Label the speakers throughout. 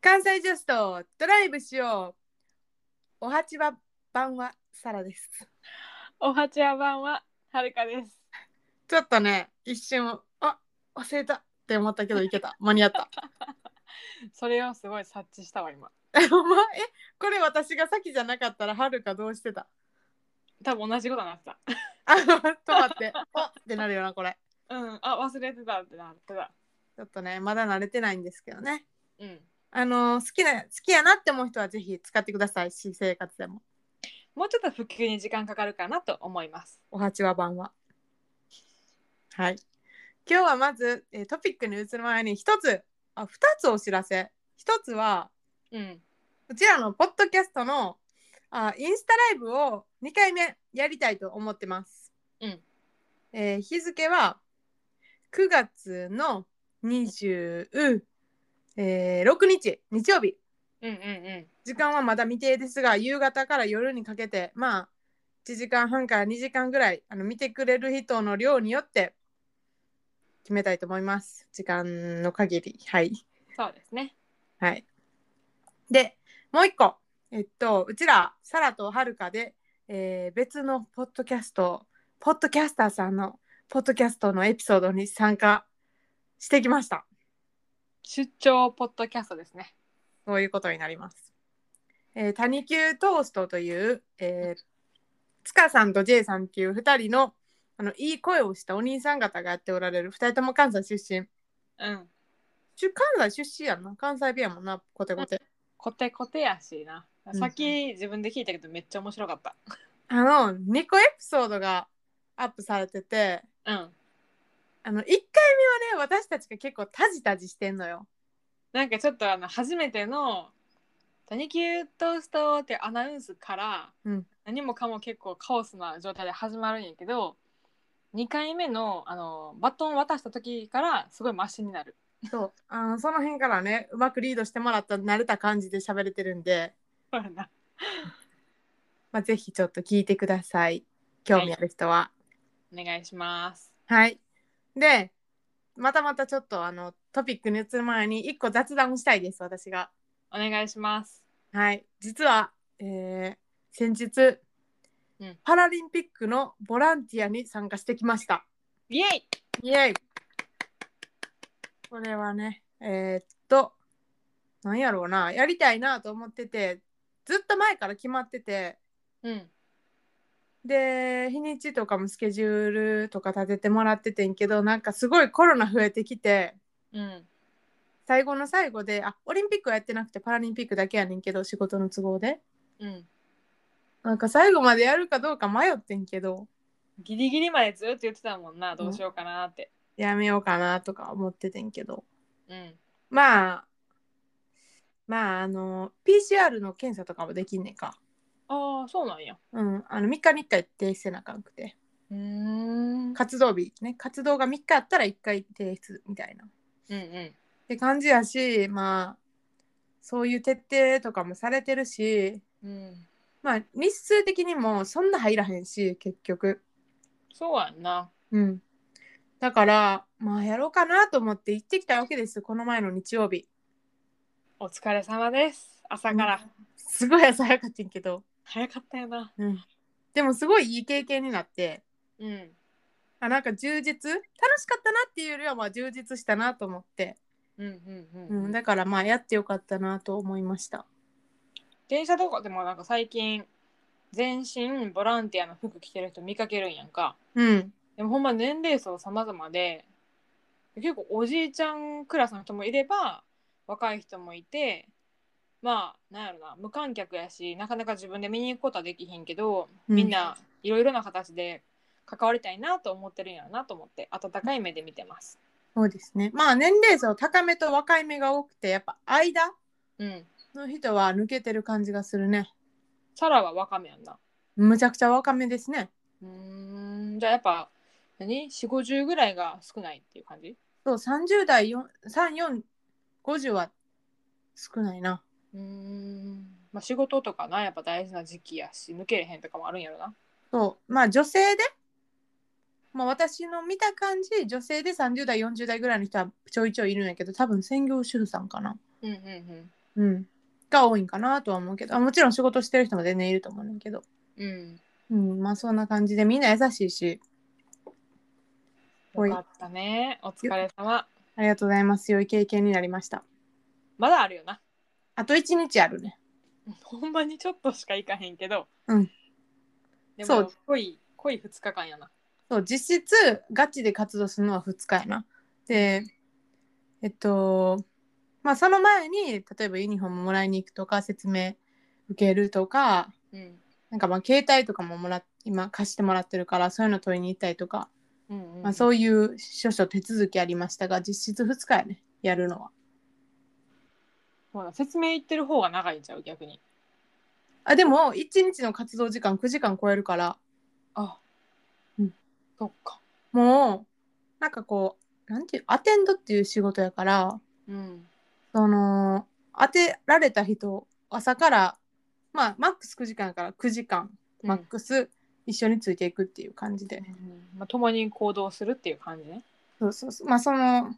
Speaker 1: 関西女子とドライブしよう。おはちば版はサラです。
Speaker 2: おはちやばんははるかです。
Speaker 1: ちょっとね、一瞬、あ忘れたって思ったけど、いけた。間に合った。
Speaker 2: それをすごい察知したわ今。
Speaker 1: え、 お前、え、これ私が先じゃなかったら、はるかどうしてた
Speaker 2: 多分同じことになって
Speaker 1: あ、ちょっと待って。おってなるよな、これ。
Speaker 2: た。うん。あ忘れてたってなってた。
Speaker 1: ちょっとね、まだ慣れてないんですけどね。
Speaker 2: うん。
Speaker 1: あの好きな、好きやなって思う人は、ぜひ使ってください。私生活でも。
Speaker 2: もうちょっと普及に時間かかるかなと思います。
Speaker 1: おはちわ版は。はい。今日はまず、えートピックに移る前に一つ、あ、二つお知らせ。一つは、
Speaker 2: うん。
Speaker 1: うちらのポッドキャストのあインスタライブを2回目やりたいと思ってます。
Speaker 2: うん
Speaker 1: えー日付は9月の26日、日曜日。
Speaker 2: うんうんう
Speaker 1: 時間はまだ未定ですが夕方から夜にかけてまあ1時間半から2時間ぐらいあの見てくれる人の量によって決めたいと思います時間の限りはい
Speaker 2: ん。そうですね。
Speaker 1: はいでもう一個えっとうちらサラとはるかで、えー別のポッドキャストポッドキャスターさんのポッドキャストのエピソードに参加してきました
Speaker 2: 出張ポッドキャストですね。
Speaker 1: そういうことになります。えー、谷球トーストという、えー、塚さんと J さんっていう2人のあのいい声をしたお兄さん方がやっておられる2人とも関西出身。
Speaker 2: うん。
Speaker 1: ちゅ関西出身やんな関西弁やもんなコテコテ。
Speaker 2: コテコテやしな。
Speaker 1: ん
Speaker 2: さっき自分で聞いたけどめっちゃ面白かった。
Speaker 1: あの2個エピソードがアップされてて
Speaker 2: うん。
Speaker 1: あの1回目はね私たちが結構タジタジしてんのよ。
Speaker 2: なんかちょっとあの初めての「ダニキュートースト」ってアナウンスから、
Speaker 1: うん
Speaker 2: 何もかも結構カオスな状態で始まるんやけど2回目のあのバトン渡した時からすごいマシになる。
Speaker 1: そうあのその辺からねうまくリードしてもらった慣れた感じで喋れてるんで、
Speaker 2: そうやな
Speaker 1: まあ、ぜひちょっと聞いてください興味ある人は。
Speaker 2: お願いします。
Speaker 1: はい。で、またまたちょっとあのトピックに移る前に一個雑談をしたいです、私が。
Speaker 2: お願いします。
Speaker 1: はい。実は、えー先日、
Speaker 2: うん
Speaker 1: パラリンピックのボランティアに参加してきました。
Speaker 2: イエイ
Speaker 1: イエイこれはね、えーっと、なんやろうな、やりたいなと思ってて、ずっと前から決まってて、
Speaker 2: うん
Speaker 1: で日にちとかもスケジュールとか立ててもらっててんけどなんかすごいコロナ増えてきて
Speaker 2: うん
Speaker 1: 最後の最後であオリンピックはやってなくてパラリンピックだけやねんけど仕事の都合で
Speaker 2: うん
Speaker 1: なんか最後までやるかどうか迷ってんけど
Speaker 2: ギリギリまでずっと言ってたもんなどうしようかなって。
Speaker 1: やめようかなとか思っててんけど
Speaker 2: うん
Speaker 1: まあまああの PCR の検査とかもできんねんか
Speaker 2: ああそうなんや。
Speaker 1: うんあの3日に1回提出せなあかんくて
Speaker 2: うーんうん
Speaker 1: 活動日ね活動が3日あったら1回提出みたいな
Speaker 2: うん
Speaker 1: って感じやしまあそういう徹底とかもされてるし
Speaker 2: うん
Speaker 1: まあ日数的にもそんな入らへんし結局
Speaker 2: そうやんな。
Speaker 1: うんだからまあやろうかなと思って行ってきたわけですこの前の日曜日
Speaker 2: お疲れ様です。朝から。
Speaker 1: すごい朝早かったんけど、
Speaker 2: 早かったよな。
Speaker 1: うん、でもすごいいい経験になって
Speaker 2: うん。
Speaker 1: あなんか充実楽しかったなっていうよりはまあ充実したなと思って、
Speaker 2: うんうん
Speaker 1: う
Speaker 2: うん。
Speaker 1: ん、だからまあやってよかったなと思いました
Speaker 2: 電車とかでもなんか最近全身ボランティアの服着てる人見かけるんやんか。
Speaker 1: うん
Speaker 2: でもほんま年齢層様々で結構おじいちゃんクラスの人もいれば若い人もいてまあなんやろな無観客やしなかなか自分で見に行くことはできひんけど
Speaker 1: うん
Speaker 2: みんないろいろな形で関わりたいなと思ってるんやろなと思って温かい目で見てます。
Speaker 1: そうですねまあ年齢層高めと若い目が多くてやっぱ間
Speaker 2: うん。
Speaker 1: の人は抜けてる感じがするね。
Speaker 2: サラは若めやんな。
Speaker 1: むちゃくちゃ若めですね。
Speaker 2: うーんじゃあやっぱ何4 5 0ぐらいが少ないっていう感じ
Speaker 1: そう、30代、3、4、50は少ないな。
Speaker 2: うーん、まあ、仕事とかなやっぱ大事な時期やし抜けれへんとかもあるんやろな
Speaker 1: そう、まあ女性で、まあ私の見た感じ、女性で30代、40代ぐらいの人はちょいちょいいるんやけど、多分専業主婦さんかな。
Speaker 2: うんうん
Speaker 1: うん、が多いんかなとは思うけどあもちろん仕事してる人も全然いると思うねんだけど、
Speaker 2: うん。
Speaker 1: うん、まあそんな感じでみんな優しいしほい
Speaker 2: よかったね。お疲れ様。
Speaker 1: ありがとうございます良い経験になりました
Speaker 2: まだあるよな。
Speaker 1: あと1日あるね
Speaker 2: ほんまにちょっとしか行かへんけど。
Speaker 1: うん。
Speaker 2: で
Speaker 1: そ
Speaker 2: も
Speaker 1: う、
Speaker 2: 濃い、濃い2日間やな。
Speaker 1: そう実質ガチで活動するのは2日やなでえっとまあその前に例えばユニフォームもらいに行くとか説明受けるとか
Speaker 2: うん。
Speaker 1: なんかまあ携帯とかももらっ今貸してもらってるからそういうの取りに行ったりとか
Speaker 2: うんうん
Speaker 1: まあ、そういう少々手続きありましたが実質2日やねやるのは
Speaker 2: ほら説明言ってる方が長いんちゃう逆に。
Speaker 1: あでも1日の活動時間9時間超えるから
Speaker 2: あ、
Speaker 1: うん、
Speaker 2: そっか。
Speaker 1: もうなんかこうなんていうアテンドっていう仕事やから
Speaker 2: うん。
Speaker 1: その当てられた人朝からまあマックス9時間やから9時間、マックス一緒についていくっていう感じで、
Speaker 2: うんまあ、共に行動するっていう感じね。
Speaker 1: そうそうそうまあその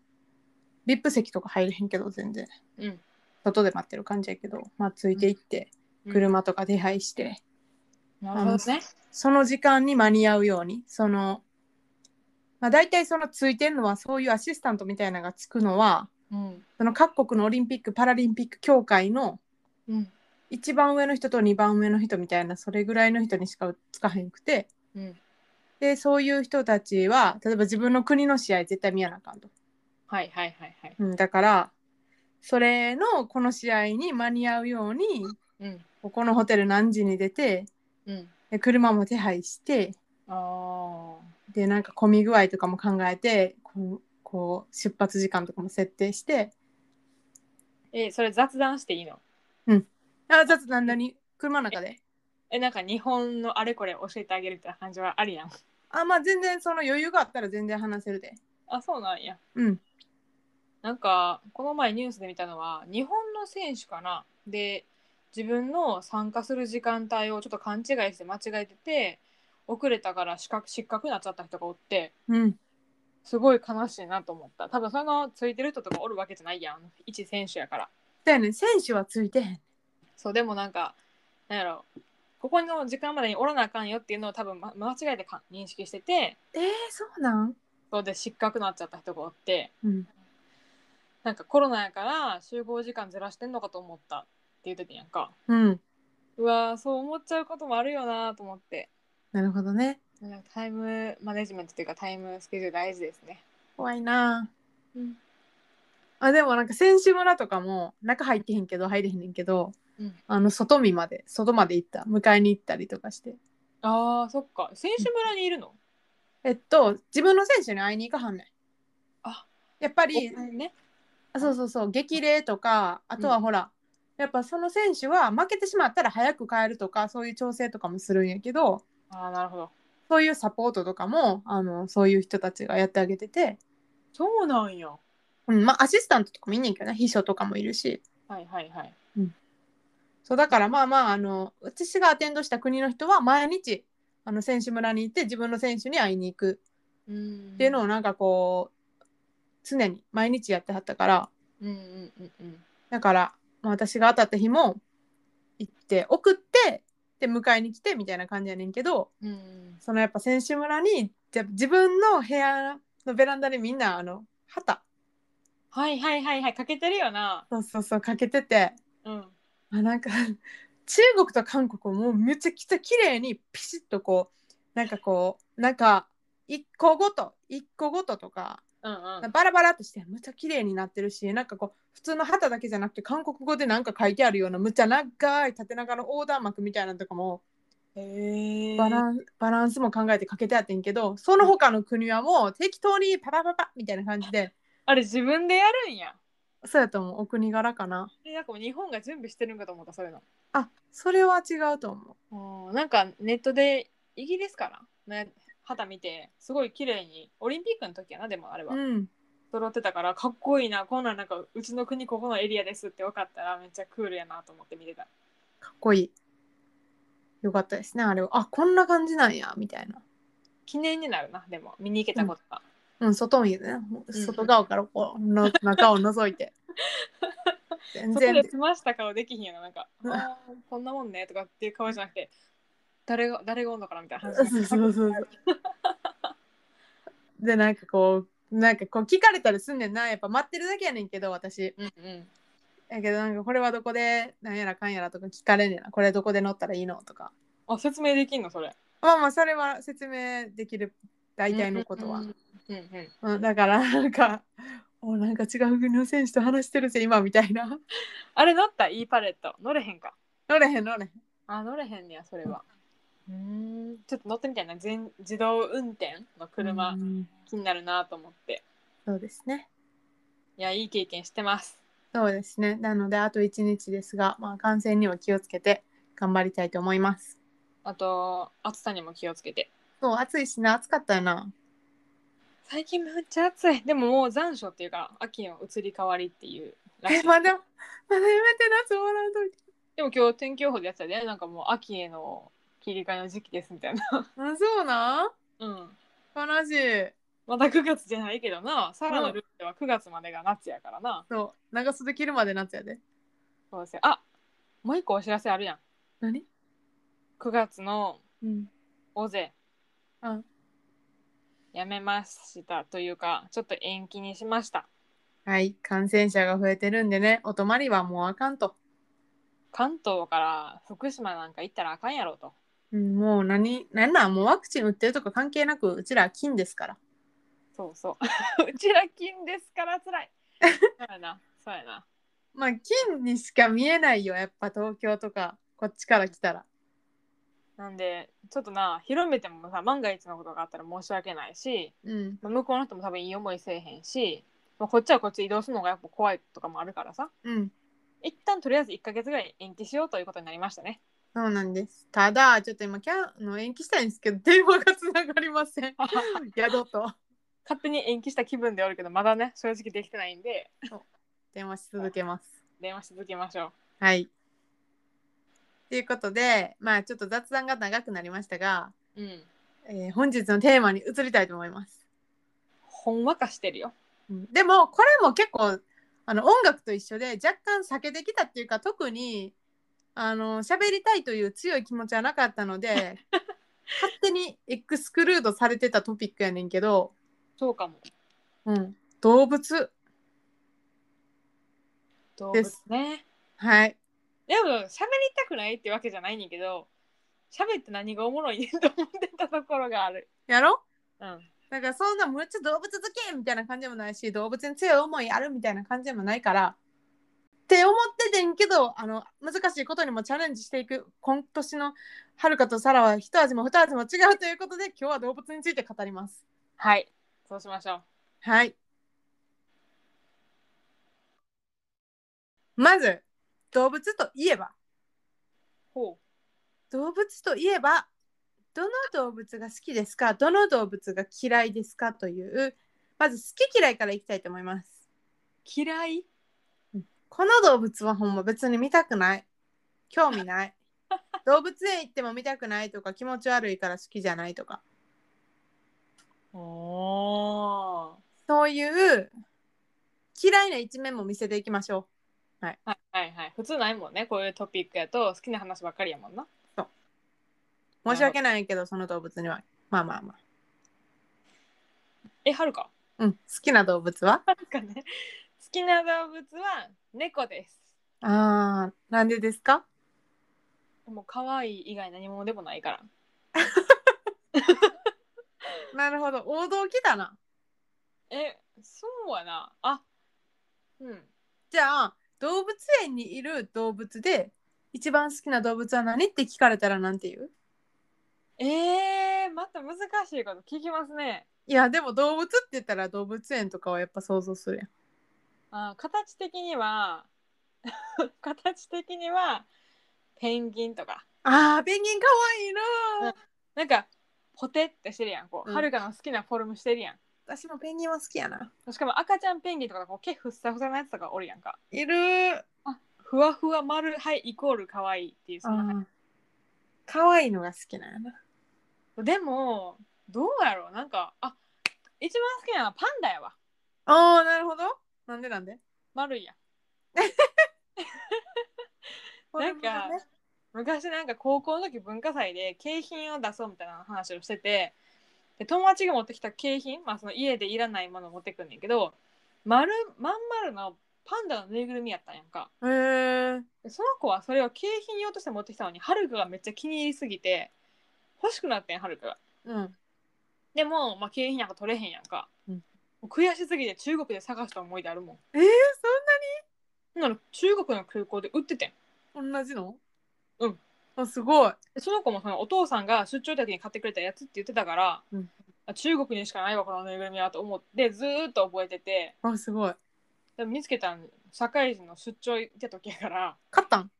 Speaker 1: VIP 席とか入れへんけど全然
Speaker 2: うん。
Speaker 1: 外で待ってる感じやけど、まあ、ついていって、車とか手配して。
Speaker 2: なるほどね。
Speaker 1: その時間に間に合うようにその、まあ、大体そのついてるのはそういうアシスタントみたいなのがつくのは
Speaker 2: うん。
Speaker 1: その各国のオリンピック・パラリンピック協会の
Speaker 2: うん。
Speaker 1: 一番上の人と二番上の人みたいなそれぐらいの人にしかつかへんくて
Speaker 2: うん。
Speaker 1: でそういう人たちは例えば自分の国の試合絶対見やなあかんと、
Speaker 2: はいはいはいはい。
Speaker 1: うん、だからそれのこの試合に間に合うように
Speaker 2: うん。
Speaker 1: ここのホテル何時に出て
Speaker 2: うん。
Speaker 1: で車も手配して
Speaker 2: あ
Speaker 1: でなんか混み具合とかも考えてこうこう出発時間とかも設定して
Speaker 2: あ。え、それ雑談していいの
Speaker 1: あ雑談何車の中で
Speaker 2: え、なんか日本のあれこれ教えてあげるみたいな感じはありやん。
Speaker 1: あまあ全然その余裕があったら全然話せるで
Speaker 2: あ、そうなんや。
Speaker 1: うん
Speaker 2: なんか、この前ニュースで見たのは、日本の選手かなで、自分の参加する時間帯をちょっと勘違いして間違えてて、遅れたから失格失格になっちゃった人がおって、
Speaker 1: うん
Speaker 2: すごい悲しいなと思った多分そのついてる人とかおるわけじゃないやん一選手やから
Speaker 1: だよね選手はついてへん
Speaker 2: そうでもなんかなんやろここの時間までにおらなあかんよっていうのを多分、ま、間違えてか認識してて
Speaker 1: えー、そうなん
Speaker 2: そうで失格になっちゃった人がおって
Speaker 1: うん
Speaker 2: なんかコロナやから集合時間ずらしてんのかと思ったって言ってたやんか
Speaker 1: うん
Speaker 2: うわーそう思っちゃうこともあるよなと思って
Speaker 1: なるほどね
Speaker 2: なんかタイムマネジメントっていうかタイムスケジュール大事ですね
Speaker 1: 怖いな
Speaker 2: うん
Speaker 1: あでもなんか選手村とかも中入ってへんけど入れへんねんけど
Speaker 2: うん
Speaker 1: あの外見まで外まで行った迎えに行ったりとかして
Speaker 2: あーそっか選手村にいるの
Speaker 1: えっと自分の選手に会いに行かはんねん
Speaker 2: あ
Speaker 1: やっぱり
Speaker 2: ね
Speaker 1: あそうそうそう激励とかあと
Speaker 2: う
Speaker 1: は
Speaker 2: ん
Speaker 1: ほら、やっぱその選手は負けてしまったら早く変えるとかそういう調整とかもするんやけど
Speaker 2: ああなるほど
Speaker 1: そういうサポートとかもあのそういう人たちがやってあげてて、
Speaker 2: そうなんや
Speaker 1: うんまあ、アシスタントとかもいんねんけどね秘書とかもいるし
Speaker 2: はいはいはい。
Speaker 1: そうだからまあまああの私がアテンドした国の人は毎日あの選手村に行って自分の選手に会いに行く
Speaker 2: うん。
Speaker 1: っていうのをなんかこう常に毎日やってはったから
Speaker 2: うんうんうんうん。
Speaker 1: だから、まあ、私が当たった日も行って送ってで迎えに来てみたいな感じやねんけど
Speaker 2: うん、
Speaker 1: そのやっぱ選手村にじゃ自分の部屋のベランダでみんなあの旗
Speaker 2: はいはいはいはい、かけてるよな。
Speaker 1: そうそうそうかけてて
Speaker 2: うん。
Speaker 1: あなんか 中国と韓国もうめちゃくちゃ綺麗にピシッとこうなんかこうなんか一個ごと一個ごととか
Speaker 2: うんうん。
Speaker 1: バラバラっとしてむちゃ綺麗になってるしなんかこう普通の旗だけじゃなくて韓国語でなんか書いてあるようなむちゃ長い縦長の横断幕みたいなのとかも
Speaker 2: へえ。
Speaker 1: バランバランスも考えてかけてあってんけどその他の国はもう適当にパパパパみたいな感じで
Speaker 2: あれ自分でやるんや。
Speaker 1: そうやと思うお国柄かな
Speaker 2: えなんかもう日本が準備してるんかと思った、そういう
Speaker 1: あそれは違うと思
Speaker 2: の。うん。なんかネットでイギリスからね、旗見て、すごい綺麗に、オリンピックの時やな、でもあれ
Speaker 1: う
Speaker 2: は。
Speaker 1: うん
Speaker 2: 揃ってたから、かっこいいな、こんなんなんかうちの国ここのエリアですって分かったら、めっちゃクールやなと思って見てた。
Speaker 1: かっこいいよかったですねあれはあこんな感じなんやみたいな
Speaker 2: 記念になるな、でも、見に行けたことが。
Speaker 1: うん外見ね外側からこうの中を覗いて全
Speaker 2: そこで
Speaker 1: 然
Speaker 2: 済ました顔できひんやななんか「あーこんなもんね」とかっていう顔じゃなくて誰が誰がおんのかなみたいな
Speaker 1: そうそう
Speaker 2: 話
Speaker 1: そうそうでなんかこうなんかこう聞かれたりすんねんなやっぱ待ってるだけやねんけど私
Speaker 2: うんうん
Speaker 1: やけどなんかこれはどこでなんやらかんやらとか聞かれんねんなこれどこで乗ったらいいのとか
Speaker 2: あ説明できんのそれ
Speaker 1: まあまあそれは説明できる大体のことは、
Speaker 2: うんうんうん
Speaker 1: うん、だから なんかおなんか違う国の選手と話してるぜ今みたいな
Speaker 2: あれ乗った E パレット乗れへんか
Speaker 1: 乗れへん乗れへん
Speaker 2: あ乗れへんねやそれはうんちょっと乗ってみたいな全自動運転の車、
Speaker 1: うん
Speaker 2: 気になるなと思って
Speaker 1: そうですね
Speaker 2: いやいい経験してます
Speaker 1: そうですねなのであと1日ですが、まあ、感染には気をつけて頑張りたいと思います
Speaker 2: あと暑さにも気をつけて
Speaker 1: そう暑いしな暑かったよな
Speaker 2: 最近めっちゃ暑いでももう残暑っていうか秋の移り変わりっていうらしい
Speaker 1: えまだまだやめて夏終わらんといて
Speaker 2: でも今日天気予報でやってたでなんかもう秋への切り替えの時期ですみたいな
Speaker 1: あそうなん
Speaker 2: うん
Speaker 1: 悲しい
Speaker 2: まだ9月じゃないけどなサラのルールでは9月までが夏やからな
Speaker 1: そう長袖着るまで夏やで
Speaker 2: そうですよあもう一個お知らせあるやん
Speaker 1: 何
Speaker 2: 9月の
Speaker 1: うん
Speaker 2: 大勢
Speaker 1: あ
Speaker 2: やめましたというかちょっと延期にしました
Speaker 1: はい感染者が増えてるんでねお泊まりはもうあかんと、
Speaker 2: 関東から福島なんか行ったらあかんやろと
Speaker 1: うん、もう何何なんもうワクチン打ってるとか関係なくうちらは金ですから
Speaker 2: そうそう うちら金ですから辛 いそうやなそうやな
Speaker 1: まあ金にしか見えないよやっぱ東京とかこっちから来たら
Speaker 2: なんでちょっとな広めてもさ万が一のことがあったら申し訳ないし、
Speaker 1: うん
Speaker 2: まあ向こうの人も多分いい思いせえへんし、まあ、こっちはこっち移動するのがやっぱ怖いとかもあるからさ
Speaker 1: うん
Speaker 2: 一旦とりあえず1ヶ月ぐらい延期しようということになりましたね
Speaker 1: そうなんですただちょっと今キャンあの延期したいんですけど電話がつながりません宿と
Speaker 2: 勝手に延期した気分でおるけどまだね正直できてないんで
Speaker 1: 電話し続けます
Speaker 2: 電話し続けましょう
Speaker 1: はいということでまあちょっと雑談が長くなりましたが、
Speaker 2: うん
Speaker 1: えー本日のテーマに移りたいと思います
Speaker 2: ほんわかしてるよ
Speaker 1: うんでもこれも結構あの音楽と一緒で若干避けてきたっていうか特にあの喋りたいという強い気持ちはなかったの で勝手にエクスクルードされてたトピックやねんけど、
Speaker 2: そうかも
Speaker 1: うん、動物
Speaker 2: 動
Speaker 1: で
Speaker 2: 物
Speaker 1: す
Speaker 2: ね
Speaker 1: はい
Speaker 2: でも喋りたくないってわけじゃないねんけど喋って何がおもろいねんと思ってたところがある
Speaker 1: やろ
Speaker 2: うん
Speaker 1: だからそんなむっちゃ動物好きみたいな感じでもないし動物に強い思いあるみたいな感じでもないからって思っててんけどあの難しいことにもチャレンジしていく今年のはるかとサラは一味も二味も違うということで今日は動物について語ります。
Speaker 2: はいそうしましょう
Speaker 1: はいまず動物といえば
Speaker 2: ほ
Speaker 1: 動物といえばどの動物が好きですかどの動物が嫌いですかというまず好き嫌いからいきたいと思います
Speaker 2: う嫌い
Speaker 1: この動物はほんま別に見たくない興味ない動物園行っても見たくないとか気持ち悪いから好きじゃないとか
Speaker 2: お
Speaker 1: そういう嫌いな一面も見せていきましょ
Speaker 2: はいはいはい普通ないもんねこういうトピックやと好きな話ばっかりやもんな
Speaker 1: う申し訳ないけどその動物にはまあまあま
Speaker 2: えはるか
Speaker 1: あうん好きな動物は
Speaker 2: はるかね好きな動物は猫です
Speaker 1: あーなんでですか
Speaker 2: もう可愛い以外何もでもないから
Speaker 1: なるほど王道来たな
Speaker 2: えそうやなあうん
Speaker 1: じゃあ動物園にいる動物で一番好きな動物は何って聞かれたらなんて言う
Speaker 2: えー、また難しいこと聞きますね
Speaker 1: いやでも動物って言ったら動物園とかはやっぱ想像するやん
Speaker 2: あ形的には 形的にはペンギンとか
Speaker 1: あーペンギンかわいいなあ、
Speaker 2: なんかポテってしてるやんこう
Speaker 1: うん
Speaker 2: はるかの好きなフォルムしてるやん
Speaker 1: 私もペンギンは好きやな
Speaker 2: しかも赤ちゃんペンギンとかこう毛ふっさふさのやつとかおるやんか
Speaker 1: いるー
Speaker 2: ふわふわ丸はいイコール可愛いっていうそんな感
Speaker 1: あかわいいのが好きなんやな
Speaker 2: じでもどうやろうなんかあ一番好きなのはパンダやわ
Speaker 1: あーなるほどなんでなんで
Speaker 2: 丸いやんなんか昔なんか高校の時文化祭で景品を出そうみたいな話をしててで友達が持ってきた景品、まあ、その家でいらないものを持ってくんねんけど丸まん丸のパンダのぬいぐるみやったんやんか
Speaker 1: へえ
Speaker 2: でその子はそれを景品用として持ってきたのにはるかがめっちゃ気に入りすぎて欲しくなってんはるかが
Speaker 1: うん
Speaker 2: でも、まあ、景品なんか取れへんやんか、
Speaker 1: うん
Speaker 2: もう悔しすぎて中国で探した思い出あるもん
Speaker 1: えー、
Speaker 2: ほんなら中国の空港で売っててん
Speaker 1: そんな同じの
Speaker 2: うん
Speaker 1: あすごい
Speaker 2: でその子もそのお父さんが出張の時に買ってくれたやつって言ってたから、
Speaker 1: うん
Speaker 2: あ中国にしかないわこのぬいぐるみはと思ってずーっと覚えてて
Speaker 1: あすごい
Speaker 2: でも見つけたん社会人の出張行った時やから
Speaker 1: 勝ったん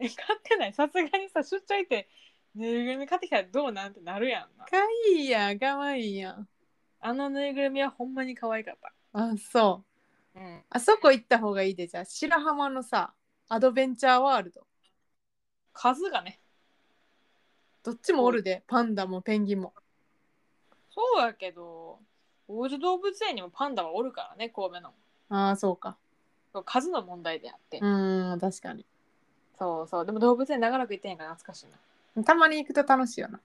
Speaker 2: え買ってないさすがにさ出張行ってぬいぐるみ買ってきたらどうなんてなるやんな
Speaker 1: かわいいやんかわいいやん
Speaker 2: あのぬいぐるみはほんまに可愛かった
Speaker 1: あそう
Speaker 2: うん
Speaker 1: あそこ行った方がいいでじゃあ白浜のさアドベンチャーワールド
Speaker 2: 数がね
Speaker 1: どっちもおるでパンダもペンギンも
Speaker 2: そうやけど王子動物園にもパンダはおるからね神戸の
Speaker 1: ああそうか
Speaker 2: そう数の問題であって、
Speaker 1: うーん確かに
Speaker 2: そうそうでも動物園長らく行ってへんから懐かしい
Speaker 1: たまに行くと楽しいよな、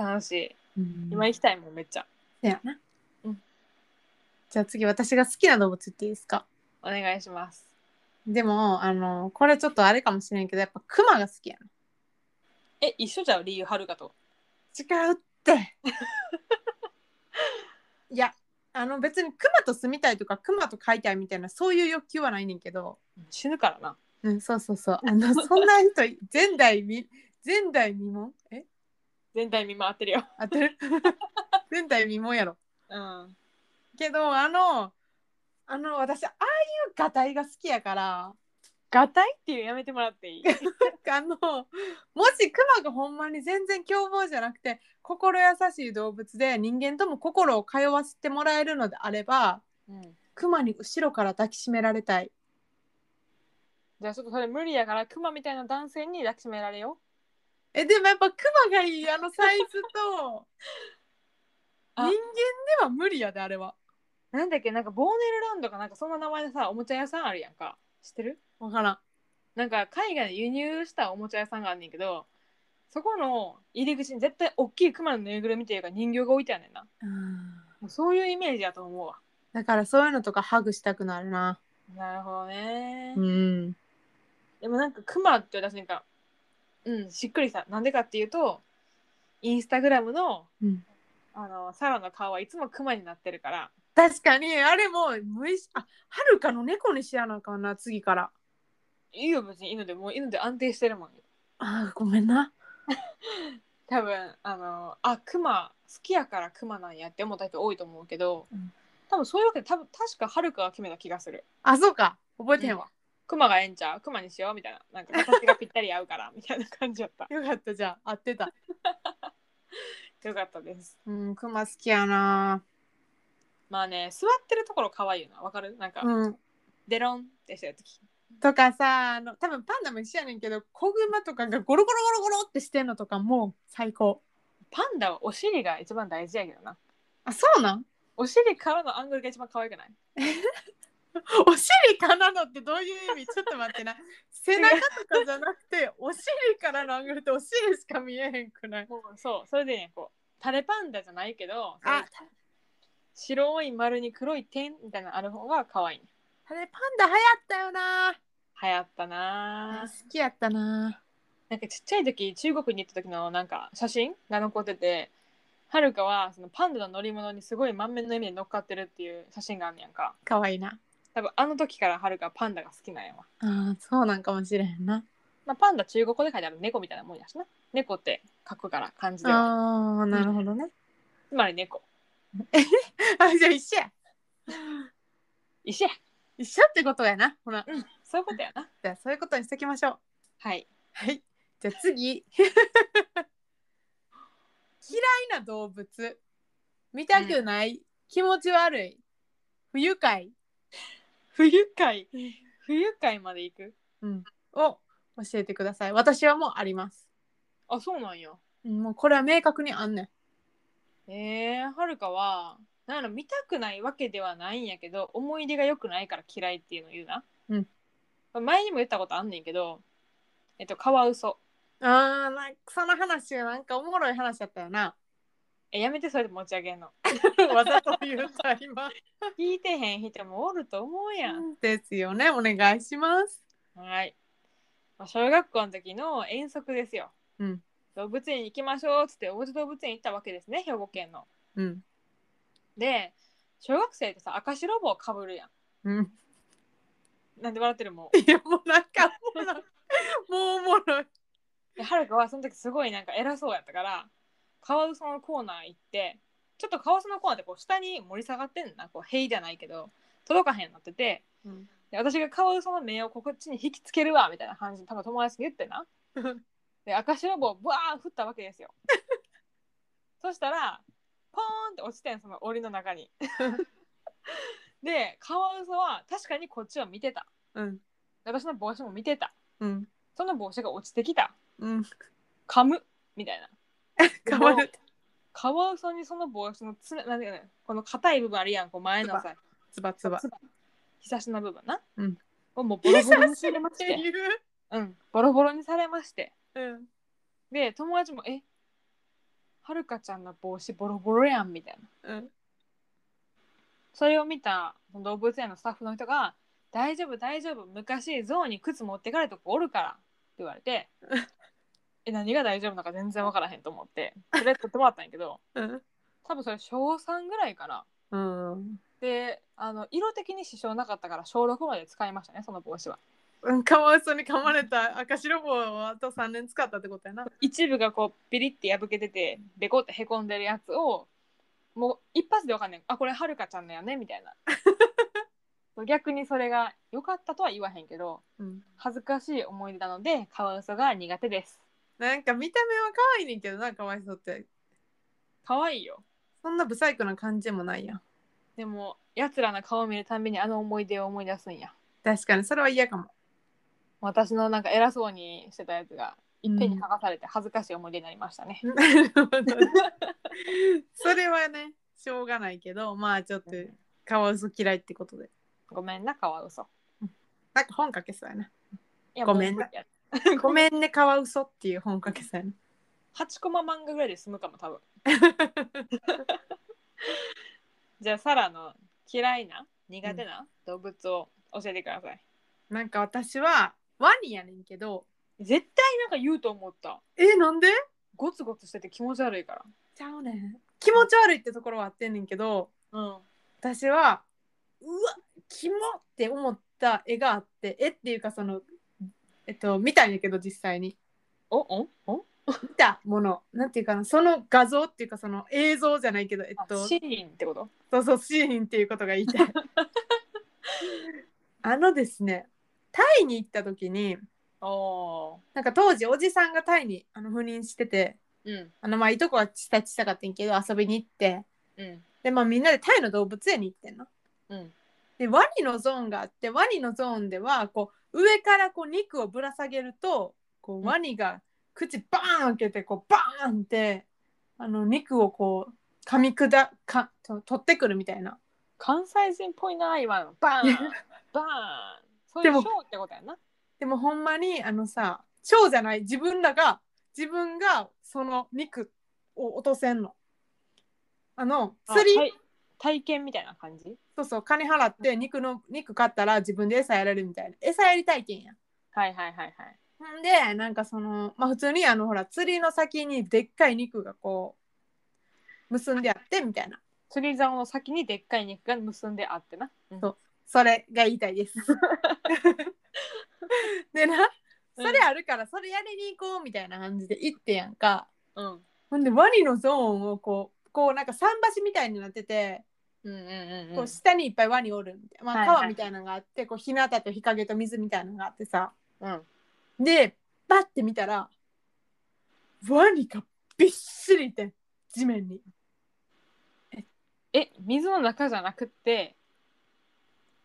Speaker 2: な楽しい
Speaker 1: うん
Speaker 2: 今行きたいもんめっちゃ
Speaker 1: だよな、
Speaker 2: うん
Speaker 1: じゃあ次私が好きな動物っていいですか
Speaker 2: お願いします
Speaker 1: でもあのこれちょっとあれかもしれんけどやっぱクマが好きやな
Speaker 2: え一緒じゃう理由はるかと
Speaker 1: 違うって いやあの別にクマと住みたいとかクマと飼いたいみたいなそういう欲求はないねんけど、
Speaker 2: 死ぬからな
Speaker 1: うん、そうそうそうあ のそんな人前代未前代未聞え
Speaker 2: 全体見回ってるよ
Speaker 1: 当てる 前代未聞やろ
Speaker 2: うん
Speaker 1: けどあのあの私ああいうガタイが好きやから
Speaker 2: ガタイっていうやめてもらっていい
Speaker 1: あのもしクマがほんまに全然凶暴じゃなくて心優しい動物で人間とも心を通わせてもらえるのであれば
Speaker 2: うん
Speaker 1: クマに後ろから抱きしめられたい
Speaker 2: じゃあちょっとそれ無理やからクマみたいな男性に抱きしめられよ
Speaker 1: えでもやっぱクマがいいあのサイズ と人
Speaker 2: あ
Speaker 1: 間では無理やであれは
Speaker 2: なんだっけなんかボーネルランドかなんかそんな名前でさおもちゃ屋さんあるやんか知ってる
Speaker 1: 分からん
Speaker 2: なんか海外で輸入したおもちゃ屋さんがあんねんけどそこの入り口に絶対大きいクマのぬいぐるみっていうか人形が置いてあんねんなもうそういうイメージやと思うわ
Speaker 1: だからそういうのとかハグしたくなるな
Speaker 2: なるほどね、
Speaker 1: うん
Speaker 2: でもなんかクマって私なんかうんしっくりさなんでかっていうとインスタグラムの
Speaker 1: うん
Speaker 2: あのサラの顔はいつもクマになってるから
Speaker 1: 確かにあれも無意識あはるかの猫にしやなあかんな次から
Speaker 2: いいよ別に犬でもう犬で安定してるもん
Speaker 1: あーごめんな
Speaker 2: 多分あのあクマ好きやからクマなんやって思った人多いと思うけど、
Speaker 1: うん
Speaker 2: 多分そういうわけで多分確かはるかが決めた気がする
Speaker 1: あそうか覚えてへんわ、
Speaker 2: クマがええんちゃうクマにしようみたいななんか形がぴったり合うからみたいな感じやった
Speaker 1: よかったじゃあ合ってた。
Speaker 2: よかったです
Speaker 1: うん、クマ好きやな。
Speaker 2: まあね座ってるところ可愛いよなわかるなんか、
Speaker 1: うん。
Speaker 2: デロンってしたやつ
Speaker 1: とかさ、あの多分パンダも一緒やねんけど、子グマとかがゴロゴロゴロゴロってしてんのとかもう最高。
Speaker 2: パンダはお尻が一番大事やけどな。
Speaker 1: あ、そうなん？
Speaker 2: お尻からのアングルが一番可愛くない
Speaker 1: お尻からのってどういう意味？ちょっと待ってな。背中とかじゃなくて、お尻からのアングルってお尻しか見えへんくない。
Speaker 2: もうそう、それでね、こう、タレパンダじゃないけど、そういう
Speaker 1: あ、タ
Speaker 2: 白い丸に黒い点みたいなのある方が可愛い、ね。
Speaker 1: タレパンダ流行ったよな。
Speaker 2: 流行ったな
Speaker 1: 好
Speaker 2: ぁ
Speaker 1: きやったな。
Speaker 2: なんかちっちゃい時、中国に行った時のなんか写真が残ってて、はるかはそのパンダの乗り物にすごい満面の笑みで乗っかってるっていう写真があんねやんか。
Speaker 1: 可愛いな。
Speaker 2: 多分あの時からはるかはパンダが好きなんやわ。
Speaker 1: あー、そうなんかもしれへんな。
Speaker 2: まあ、パンダ中国語で書いてある猫みたいなもんやしな。猫って書くから漢字では。
Speaker 1: ああ、なるほどね。
Speaker 2: つまり猫。
Speaker 1: あ、じゃあ一緒や。
Speaker 2: 石や。
Speaker 1: 一緒ってことやな。ほら。
Speaker 2: うん、そういうことやな。
Speaker 1: じゃあそういうことにしときましょう。
Speaker 2: はい。
Speaker 1: はい。じゃあ 次。嫌いな動物。見たくない。気持ち悪い。不愉快。
Speaker 2: 不愉快。不愉快まで行く。
Speaker 1: を教えてください。私はもうあります。
Speaker 2: あ、そうなんや。
Speaker 1: うんもうこれは明確にあんねん。
Speaker 2: えー、はるかは、なんやろ見たくないわけではないんやけど、思い出が良くないから嫌いっていうのを言うな。
Speaker 1: うん
Speaker 2: まあ。前にも言ったことあんねんけど、えっと、カワウソ。
Speaker 1: あーなんかその話はなんかおもろい話だったよな
Speaker 2: え、やめてそれで持ち上げんの。
Speaker 1: わざと言うた今
Speaker 2: 聞いてへん人もおると思うやん。
Speaker 1: ですよねお願いします
Speaker 2: はい。まあ、小学校の時の遠足ですよ。
Speaker 1: うん。
Speaker 2: 動物園行きましょうっつって、王子動物園行ったわけですね、兵庫県の。
Speaker 1: うん
Speaker 2: で、小学生ってさ、赤白帽かぶるや
Speaker 1: うん
Speaker 2: ん。なんで笑ってるもん。
Speaker 1: いやもうなんかおもろい もうおもろい
Speaker 2: ではるかはその時すごいなんか偉そうやったからカワウソのコーナー行ってちょっとカワウソのコーナーってこう下に盛り下がってんのなこう塀じゃないけど届かへんようになっててで私がカワウソの目をこっちに引きつけるわみたいな感じで多分友達に言ってな
Speaker 1: うん
Speaker 2: で赤白棒をブワー振ったわけですよ そしたらポーンって落ちてんその檻の中 にでカワウソは確かにこっちを見てた
Speaker 1: うん
Speaker 2: 私の帽子も見てた
Speaker 1: うん
Speaker 2: その帽子が落ちてきた
Speaker 1: うん
Speaker 2: 噛むみたいな
Speaker 1: かわる
Speaker 2: カワウソにその帽子のつな、なんていうかね、この硬い部分あるやん、こう前のさ、
Speaker 1: つばつば
Speaker 2: つばひさしの部分な。
Speaker 1: うん
Speaker 2: をもうボロボロにされ ま
Speaker 1: っ
Speaker 2: し
Speaker 1: て
Speaker 2: て、
Speaker 1: いう
Speaker 2: うん、ボロボロにされまして。
Speaker 1: うん
Speaker 2: で、友達も、え、はるかちゃんの帽子ボロボロやんみたい
Speaker 1: う
Speaker 2: な。
Speaker 1: ん
Speaker 2: それを見た動物園のスタッフの人が、大丈夫、大丈夫、昔、ゾウに靴持ってかれた子おるからって言われて
Speaker 1: う、
Speaker 2: え、何が大丈夫なのか全然わからへんと思って、それ取ってもらったんやけど、
Speaker 1: うん
Speaker 2: 多分それ小3ぐらいかな。
Speaker 1: うん
Speaker 2: であの色的に支障なかったから小6まで使いましたねその帽子は
Speaker 1: うん、かわいそうに噛まれた赤白棒をあと3年使ったってことやな。
Speaker 2: 一部がこうピリって破けててベコってへこんでるやつをもう一発でわかんないあこれはるかちゃんのやねみたいなそう逆にそれが良かったとは言わへんけど
Speaker 1: うん、
Speaker 2: 恥ずかしい思い出なのでカワウソが苦手です
Speaker 1: なんか見た目は可愛いねんけどな、かわいそうって。
Speaker 2: 可愛いよ
Speaker 1: そんな不細工な感じもないやん。
Speaker 2: でもやつらの顔を見るたんびにあの思い出を思い出すんや
Speaker 1: 確かにそれは嫌かも。
Speaker 2: 私のなんか偉そうにしてたやつがいっぺんに剥がされて恥ずかしい思い出になりましたね、
Speaker 1: なるほどね それはね、しょうがないけど、まあちょっとかわいそう嫌いってことで。
Speaker 2: ごめんなカワウソ
Speaker 1: なんか本書けそうや な。
Speaker 2: いや
Speaker 1: ごめん
Speaker 2: もう
Speaker 1: なごめんね、かわうそっていう本書けそうやな。
Speaker 2: 8コマ漫画ぐらいで済むかも多分じゃあサラの嫌いな苦手な動物を教えてください、
Speaker 1: なんか私はワニやねんけど、
Speaker 2: 絶対なんか言うと思った
Speaker 1: え、なんで
Speaker 2: ゴツゴツしてて気持ち悪いか
Speaker 1: ちゃうねん。気持ち悪いってところはあってんねんけど、
Speaker 2: らうん
Speaker 1: 私はうわキモって思った絵があって絵っていうかそのえっと見たんやけど実際に
Speaker 2: おおお
Speaker 1: 見たものなんていうかなその画像っていうかその映像じゃないけどえっ
Speaker 2: あ
Speaker 1: と
Speaker 2: シーンってこと
Speaker 1: そうそうシーンっていうことが言いたいあのですねタイに行った時に
Speaker 2: おー
Speaker 1: なんか当時おじさんがタイにあの赴任してて
Speaker 2: うん
Speaker 1: あのまあいとこはちたちたかってんけど遊びに行って
Speaker 2: うん
Speaker 1: でまあみんなでタイの動物園に行ってんの
Speaker 2: うん
Speaker 1: でワニのゾーンがあってワニのゾーンではこう上からこう肉をぶら下げるとこ
Speaker 2: う
Speaker 1: うんワニが口バーン開けてこうバーンってあの肉をこう噛み砕かと取ってくるみたいな
Speaker 2: 関西人っぽいな今のバーン バーンそういう
Speaker 1: で
Speaker 2: ショ
Speaker 1: も
Speaker 2: ーってことやな
Speaker 1: でもほんまにあのさショーじゃない自分らが自分がその肉を落とせんのあの
Speaker 2: あ
Speaker 1: 釣り、
Speaker 2: はい体験みたいな感じ
Speaker 1: そうそう金払って肉の肉買ったら自分で餌やれるみたいな餌やり体験や
Speaker 2: はいはいはいはい
Speaker 1: ほんでなんかそのまあ普通にあのほら釣りの先にでっかい肉がこう結んであってみたいな
Speaker 2: 釣り竿の先にでっかい肉が結んであってな。うん
Speaker 1: そうそれが言いたいです でなそれあるからそれやりに行こうみたいな感じで行ってやんか
Speaker 2: うん。
Speaker 1: ほんでワニのゾーンをこうこうなんか桟橋みたいになってて、
Speaker 2: うんうんうん
Speaker 1: こ
Speaker 2: うん
Speaker 1: う。下にいっぱいワニおるみたいな、ま
Speaker 2: は
Speaker 1: あ、
Speaker 2: いはい
Speaker 1: 川みたいなのがあって、こう日向と日陰と水みたいなのがあってさ
Speaker 2: うん。
Speaker 1: でパッて見たらワニがびっしりいてん地面に。
Speaker 2: え、水の中じゃなくて、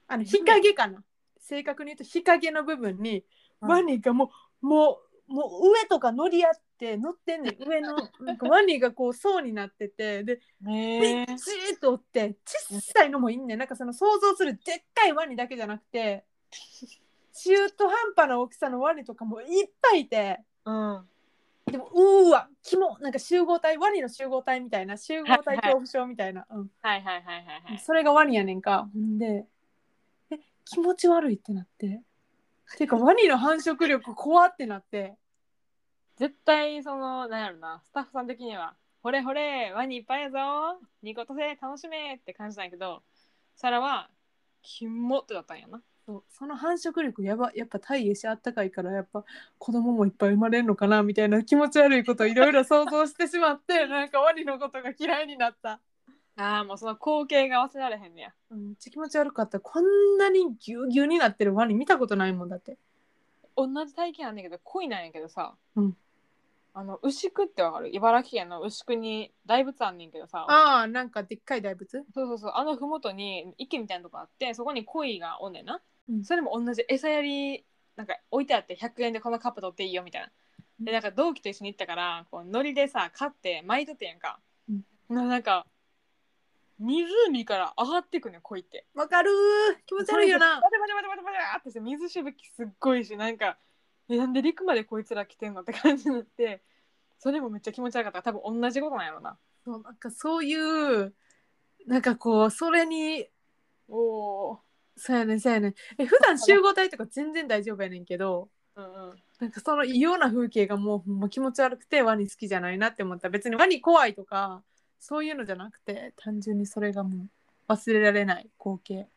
Speaker 1: あの日陰かな正確に言うと日陰の部分にワニがもう、もうもう上とか乗り合って乗ってんねん上のなんかワニがこう層になっててで
Speaker 2: ね
Speaker 1: びっちりとおってちっさいのもいんねんなんかその想像するでっかいワニだけじゃなくて中途半端な大きさのワニとかもいっぱいいて
Speaker 2: うん。
Speaker 1: でもうーわキモなんか集合体ワニの集合体みたいな集合体恐怖症みたいな、うん、
Speaker 2: はいはいはいはいはい。
Speaker 1: それがワニやねんかほんでえ気持ち悪いってなってていうかワニの繁殖力怖ってなって
Speaker 2: 絶対そのなんやろなスタッフさん的には「ほれほれワニいっぱいやぞニコとせ楽しめ」って感じなんやけどサラは「キモ」ってだったんやな
Speaker 1: そうその繁殖力やばやっぱ太陽しあったかいからやっぱ子供もいっぱい生まれるのかなみたいな気持ち悪いことをいろいろ想像してしまって なんかワニのことが嫌いになった、
Speaker 2: あーもうその光景が忘れられへんねや
Speaker 1: うん、めっちゃ気持ち悪かったこんなにギュウギュウになってるワニ見たことないもんだって
Speaker 2: 同じ体験なんだけど恋なんやけどさ、
Speaker 1: うん
Speaker 2: あの牛久ってわかる茨城県の牛久に大仏あんねんけどさ
Speaker 1: ああなんかでっかい大仏
Speaker 2: そうそうそうあの麓に池みたいなとこあってそこに鯉がおんねんな、
Speaker 1: うん
Speaker 2: それも同じ餌やりなんか置いてあって100円でこのカップ取っていいよみたいなでなんか同期と一緒に行ったからこうノリでさ買って巻いとってんやんか、
Speaker 1: うん
Speaker 2: ななんか湖から上がってくねん鯉って
Speaker 1: わかるー気持ち悪いよな
Speaker 2: バタバタバタバタバタってして水しぶきすっごいしなんかえなんで陸までこいつら来てんのって感じになってそれもめっちゃ気持ち悪かった多分同じことなんやろな
Speaker 1: そうなんかそういうなんかこうそれに
Speaker 2: おお
Speaker 1: そうやねんそうやねんえ普段集合体とか全然大丈夫やねんけど
Speaker 2: ーうんうん
Speaker 1: なんかその異様な風景がもうほんま気持ち悪くてワニ好きじゃないなって思った別にワニ怖いとかそういうのじゃなくて単純にそれがもう忘れられない光景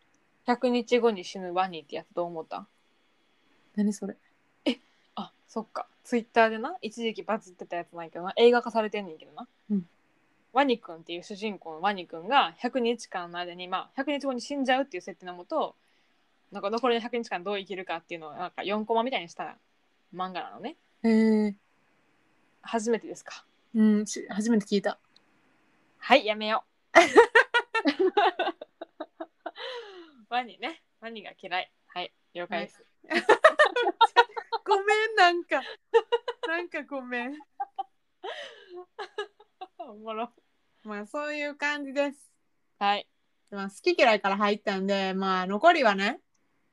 Speaker 2: 100日後に死ぬワニってやつどう思った
Speaker 1: 何それ
Speaker 2: あそっかツイッターでな一時期バズってたやつなんやけどな映画化されてんねんけどな、
Speaker 1: うん
Speaker 2: ワニくんっていう主人公のワニくんが100日間の間に、まあ、100日後に死んじゃうっていう設定のもとなんか残りの100日間どう生きるかっていうのをなんか4コマみたいにした漫画なのね
Speaker 1: えー、
Speaker 2: 初めてですか
Speaker 1: うんし初めて聞いた
Speaker 2: はいやめよう ワニねワニが嫌いはい了解です、
Speaker 1: ごめんなんかなんかごめん
Speaker 2: おもろ
Speaker 1: まあそういう感じです
Speaker 2: はい
Speaker 1: まあ好き嫌いから入ったんでまあ残りはね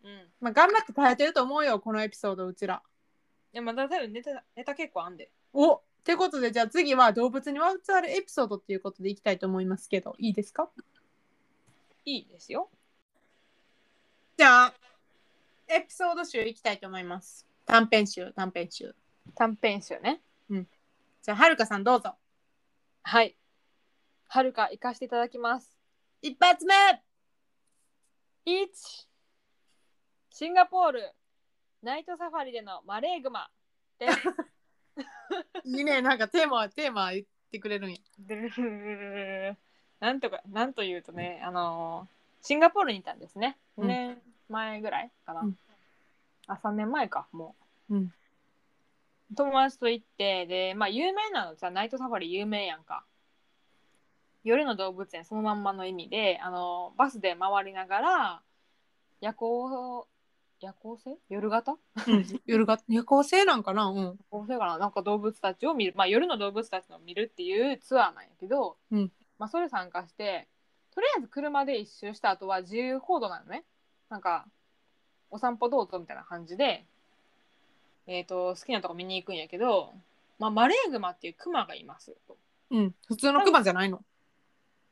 Speaker 2: うん
Speaker 1: まあ、頑張って耐えてると思うよ、このエピソード、うちら。
Speaker 2: いやまだ多分ネタネタ結構あんで
Speaker 1: おってことで、じゃあ次は動物にまつわるエピソードっていうことでいきたいと思いますけど、いいですか
Speaker 2: いいですよ
Speaker 1: じゃあ、エピソード集いきたいと思います。短編集、短編集。
Speaker 2: 短編集ね
Speaker 1: じゃあ、はるかさんどうぞ。
Speaker 2: はい。はるか行かしていただきます。
Speaker 1: 一発目
Speaker 2: 1シンガポールナイトサファリでのマレーグマです。
Speaker 1: いいね、なんかテーマ、テーマ言ってくれるんや。
Speaker 2: ドゥルルルルルルなんとかなんというとねあのーシンガポールにいたんですね。
Speaker 1: うん
Speaker 2: 2年前ぐらいかな。
Speaker 1: うん
Speaker 2: あ3年前かもう。
Speaker 1: うん
Speaker 2: 友達と行ってでまあ有名なのさナイトサファリ有名やんか。夜の動物園そのまんまの意味であのーバスで回りながら夜行夜行性夜型
Speaker 1: うん、夜が夜行性なんかなうん。
Speaker 2: どうせかななんか動物たちを見る、まあ、夜の動物たちのを見るっていうツアーなんやけど、
Speaker 1: うん
Speaker 2: まあ、それ参加してとりあえず車で一周した後は自由行動なのねなんかお散歩どうぞみたいな感じで、えー、と好きなとこ見に行くんやけど、まあ、マレーグマっていうクマがいますと
Speaker 1: うん、普通のクマじゃないの。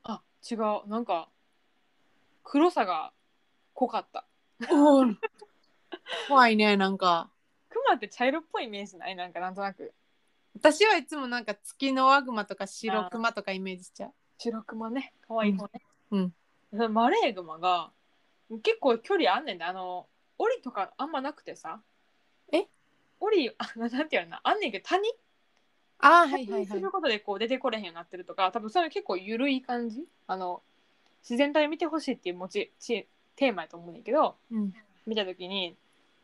Speaker 2: あ違うなんか黒さが濃かった
Speaker 1: おー怖いね、なんか。
Speaker 2: クマって茶色っぽいイメージないなんかなんとなく
Speaker 1: 私はいつもなんか月のワグマとか白クマとかイメージしちゃう。
Speaker 2: 白クマね可愛い方ね、
Speaker 1: うん
Speaker 2: マレーグマが結構距離あんねんであの檻とかあんまなくてさ
Speaker 1: え
Speaker 2: 檻 あななんていうのかなあんねんけど谷
Speaker 1: ああ、は
Speaker 2: 谷
Speaker 1: いはい
Speaker 2: に
Speaker 1: は
Speaker 2: す
Speaker 1: い
Speaker 2: る。ことでこう出てこれへんようになってるとか、多分それ結構緩い感じあの自然体を見てほしいっていう持ちちテーマやと思うねんだけど
Speaker 1: うん、
Speaker 2: 見た時に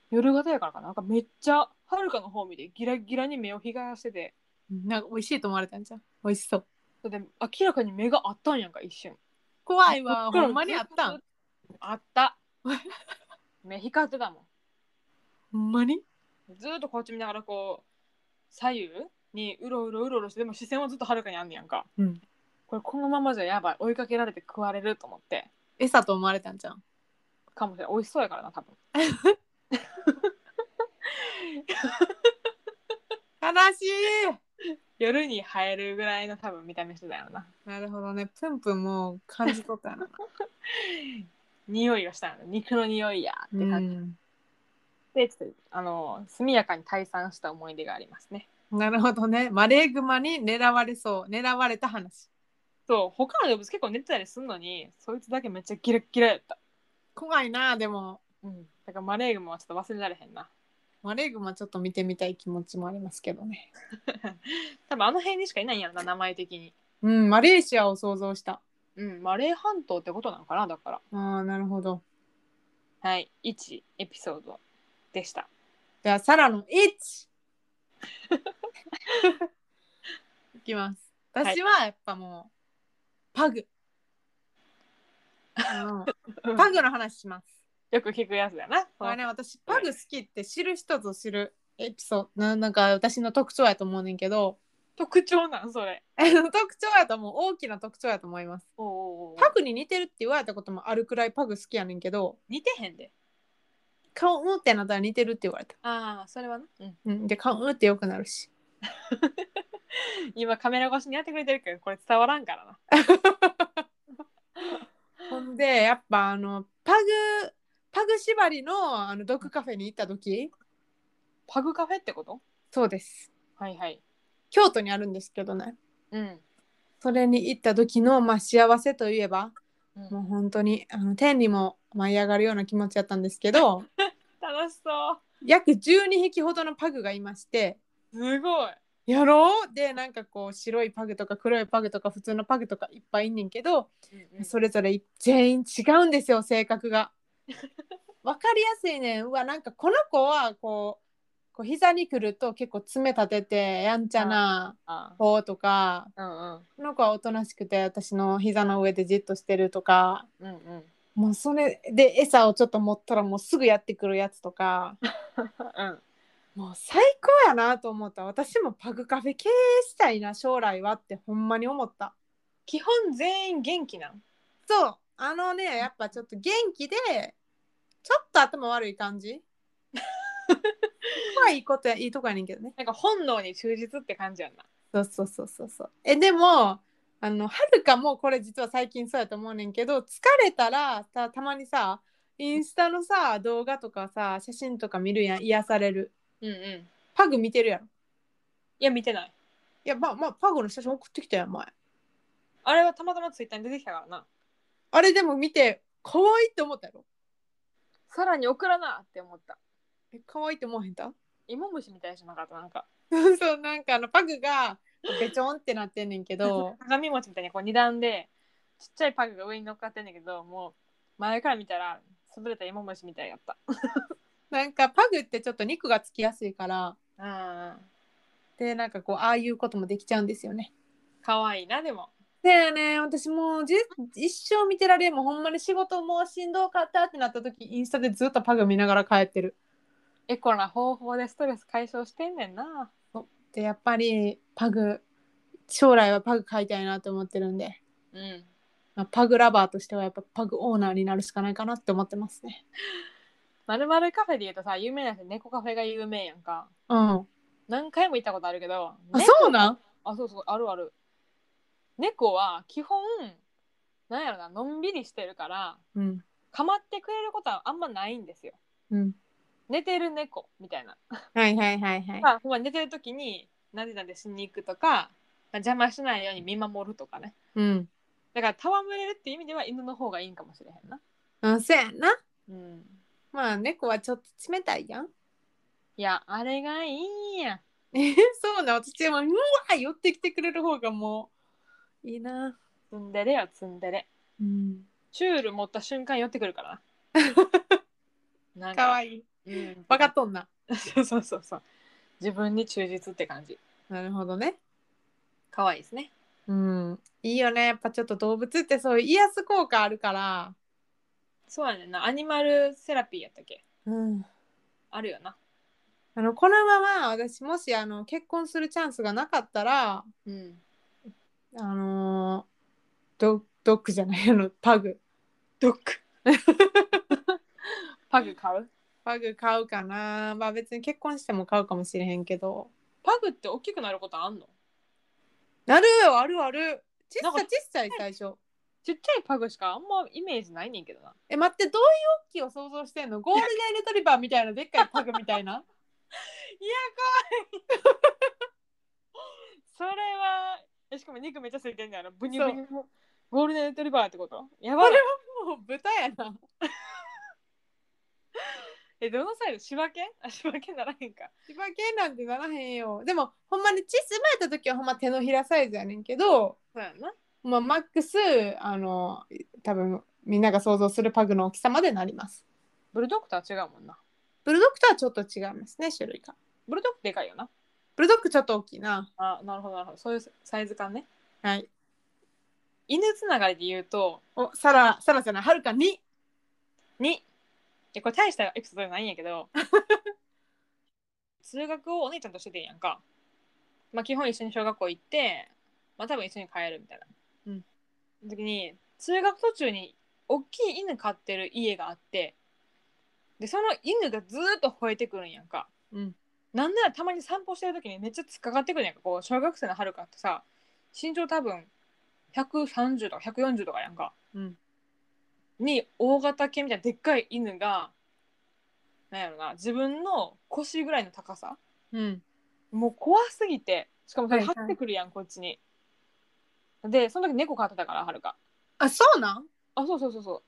Speaker 2: 夜型やからかななんかめっちゃはるかの方見てギラギラに目を光らしてて
Speaker 1: なんか美味しいと思われたんじゃん。美味しそう。
Speaker 2: で明らかに目があったんやんか一瞬。
Speaker 1: 怖いわ、
Speaker 2: そっから
Speaker 1: ほんまにあったん
Speaker 2: ず。とあった。 目光ってたも
Speaker 1: ほんまに
Speaker 2: ん。ずっとこっち見ながらこう左右にうろうろうろうろしてでも視線はずっとはるかにあんねやんか。
Speaker 1: うん
Speaker 2: これこのままじゃやばい追いかけられて食われると思って
Speaker 1: 餌と思われたんじゃん。
Speaker 2: かもしれない美味しそうやからな多分。
Speaker 1: 悲しい
Speaker 2: 夜に映えるぐらいの多分見た目してたよな
Speaker 1: なるほどねプンプンもう感じ取 ったよな
Speaker 2: 匂いがしたの肉の匂いやって
Speaker 1: う
Speaker 2: 感じ
Speaker 1: ん
Speaker 2: で、ちょっとあの速やかに退散した思い出がありますね
Speaker 1: なるほどねマレーグマに狙われそう狙われた話
Speaker 2: そう他の動物結構寝てたりすんのにそいつだけめっちゃギラッギラやった
Speaker 1: 怖いなでも
Speaker 2: うんだからマレーグマはちょっと忘れられへんな
Speaker 1: マレーグマちょっと見てみたい気持ちもありますけどね
Speaker 2: 多分あの辺にしかいないんやろな名前的に
Speaker 1: うんマレーシアを想像した
Speaker 2: うんマレー半島ってことなのかなだから
Speaker 1: あーなるほど
Speaker 2: はい1エピソードでした
Speaker 1: じゃあサラの1いきます
Speaker 2: はい
Speaker 1: 私はやっぱもうパグあ のパ
Speaker 2: パグ
Speaker 1: グの話します
Speaker 2: よく聞くやつだな
Speaker 1: これね私パグ好きって知る人ぞ知るエピソードななんか私の特徴やと思うねんけど
Speaker 2: 特徴なんそれ
Speaker 1: 特徴やと思う大きな特徴やと思います
Speaker 2: おうおうおう
Speaker 1: パグに似てるって言われたこともあるくらいパグ好きやねんけど
Speaker 2: 似てへんで
Speaker 1: 顔うんってなったら似てるって言われた、
Speaker 2: ああそれはな、うん、
Speaker 1: うん、で顔うんってよくなるし
Speaker 2: 今カメラ越しにやってくれてるけどこれ伝わらんからな
Speaker 1: ほんでやっぱあのパグパグ縛りのあのドッグカフェに行った時
Speaker 2: パグカフェってこと
Speaker 1: そうです
Speaker 2: はいはい
Speaker 1: 京都にあるんですけどね
Speaker 2: うん、
Speaker 1: それに行った時の、まあ、幸せといえば
Speaker 2: うん
Speaker 1: もう本当にあの天にも舞い上がるような気持ちやったんですけど
Speaker 2: 楽しそう
Speaker 1: 約12匹ほどのパグがいまして
Speaker 2: すごい
Speaker 1: やろうでなんかこう白いパグとか黒いパグとか普通のパグとかいっぱいいんねんけど、そ
Speaker 2: れ
Speaker 1: れぞれ全員違うんですよ性格が。わかりやすいねんうわなんかこの子はこうこう膝にくると結構爪立ててやんちゃな
Speaker 2: あ
Speaker 1: 子とか
Speaker 2: うんうん
Speaker 1: この子はおとなしくて私の膝の上でじっとしてるとか
Speaker 2: うんうん
Speaker 1: もうそれで餌をちょっと持ったらもうすぐやってくるやつとか
Speaker 2: うん
Speaker 1: もう最高やなと思った私もパグカフェ経営したいな将来はってほんまに思った
Speaker 2: 基本全員元気なん
Speaker 1: そうあのねやっぱちょっと元気でちょっと頭悪い感じはいいことやいいとこやねんけどね
Speaker 2: なんか本能に忠実って感じやんな
Speaker 1: そうそうそうそうそうえでもあのはるかもこれ実は最近そうやと思うねんけど疲れたらたたまにさインスタのさ動画とかさ写真とか見るやん癒される
Speaker 2: うんうん
Speaker 1: パグ見てるやろ
Speaker 2: いや見てない
Speaker 1: いやまあまあパグの写真送ってきたやん前
Speaker 2: あれはたまたまツイッターに出てきたからな
Speaker 1: あれでも見て可愛いって思ったやろ
Speaker 2: さらに送らなって思った
Speaker 1: え可愛いって思わへんた
Speaker 2: 芋虫みたいじゃなかったなんか
Speaker 1: そうなんかあのパグがべちょんってなってんねんけ ど
Speaker 2: 鏡餅みたいにこう二段でちっちゃいパグが上に乗っかってんだけどもう前から見たら潰れた芋虫みたいやった
Speaker 1: なんかパグってちょっと肉がつきやすいから
Speaker 2: うん
Speaker 1: でなんかこうああいうこともできちゃうんですよね。
Speaker 2: 可愛いなでも
Speaker 1: だよね私もうじ一生見てられんもうほんまに仕事もうしんどかったってなった時インスタでずっとパグ見ながら帰ってる。
Speaker 2: エコな方法でストレス解消してんねんな
Speaker 1: でやっぱりパグ将来はパグ飼いたいなと思ってるんで、
Speaker 2: うん
Speaker 1: まあ、パグラバーとしてはやっぱパグオーナーになるしかないかなって思ってますね。
Speaker 2: まるまるカフェで言うとさ有名な人猫カフェが有名やんか
Speaker 1: うん、あ
Speaker 2: 何回も行ったことあるけど
Speaker 1: そうなん
Speaker 2: あそうそうあるある猫は基本なんやろなのんびりしてるから
Speaker 1: うん
Speaker 2: 構ってくれることはあんまないんですよ
Speaker 1: うん、
Speaker 2: 寝てる猫みたいな
Speaker 1: はいはいはいはい。
Speaker 2: まあ、ほんまに寝てる時になでなでしに行くとか邪魔しないように見守るとかね
Speaker 1: うん、
Speaker 2: だから戯れるっていう意味では犬の方がいいんかもしれへんな
Speaker 1: うん、せやな。
Speaker 2: うん
Speaker 1: まあ猫はちょっと冷たいやん。
Speaker 2: いやあれがいいんや
Speaker 1: え そうな私はうわ寄ってきてくれる方がもういいな、
Speaker 2: ツンデレよツンデレ
Speaker 1: うん、
Speaker 2: チュール持った瞬間寄ってくるからな なん
Speaker 1: かわ
Speaker 2: い
Speaker 1: いい
Speaker 2: い、うん、
Speaker 1: バカっとんな
Speaker 2: そうそうそうそう自分に忠実って感じ
Speaker 1: なるほどね
Speaker 2: 可愛いですね
Speaker 1: うんいいよねやっぱちょっと動物ってそういう癒す効果あるから
Speaker 2: そうやねんなアニマルセラピーやったっけ
Speaker 1: うん
Speaker 2: あるよな
Speaker 1: あのこのまま私もしあの結婚するチャンスがなかったら
Speaker 2: うん
Speaker 1: あのードドッグじゃないあのパグ
Speaker 2: ドッグパグ買う
Speaker 1: パグ買うかなまあ別に結婚しても買うかもしれへんけど
Speaker 2: パグって大きくなることあんの
Speaker 1: なるよあるあるちっ
Speaker 2: なん
Speaker 1: さ
Speaker 2: か
Speaker 1: いちっさい最初
Speaker 2: ちっちゃいパグしかあんまイメージないねんけどな
Speaker 1: え待ってどういう大きいを想像してんのゴールデンレトリバーみたいなでっかいパグみたい な
Speaker 2: いや怖いそれはえしかも肉めっちゃついてんねやろブニュブニュのゴールデンレトリバーってことやばい
Speaker 1: もう豚やな
Speaker 2: えどのサイズ柴犬 あ柴犬ならへんか
Speaker 1: 千葉県なんてならへんよでもほんまにチス生まれた時はほんま手のひらサイズやねんけど
Speaker 2: そうやんな
Speaker 1: まあマックスあの多分みんなが想像するパグの大きさまでなります
Speaker 2: ブルドッグとは違うもんな
Speaker 1: ブルドッグとはちょっと違いますね種類が
Speaker 2: ブルドッグでかいよな
Speaker 1: ブルドッグちょっと大きいな
Speaker 2: あなるほどなるほどそういうサイズ感ね
Speaker 1: はい
Speaker 2: 犬つながりで言うと
Speaker 1: おサラサラじゃないはるかに
Speaker 2: 2えこれ大したエピソードじゃないんやけど 通学をお姉ちゃんとしててんやんかまあ基本一緒に小学校行ってまあ多分一緒に帰るみたいな
Speaker 1: うん
Speaker 2: その時に通学途中に大きい犬飼ってる家があってでその犬がずーっと吠えてくるんやんか
Speaker 1: うん
Speaker 2: なんならたまに散歩してる時にめっちゃ突っかかってくるんやんかこう小学生の春かってさ身長多分130とか140とかやんか、
Speaker 1: うん
Speaker 2: に大型犬みたいなでっかい犬がなんやろな自分の腰ぐらいの高さ
Speaker 1: うん
Speaker 2: もう怖すぎてしかもそれ
Speaker 1: はい
Speaker 2: 張
Speaker 1: はい
Speaker 2: ってくるやん、こっちにでその時猫飼ってたからはるか
Speaker 1: あそうなん
Speaker 2: あそうそうそうそ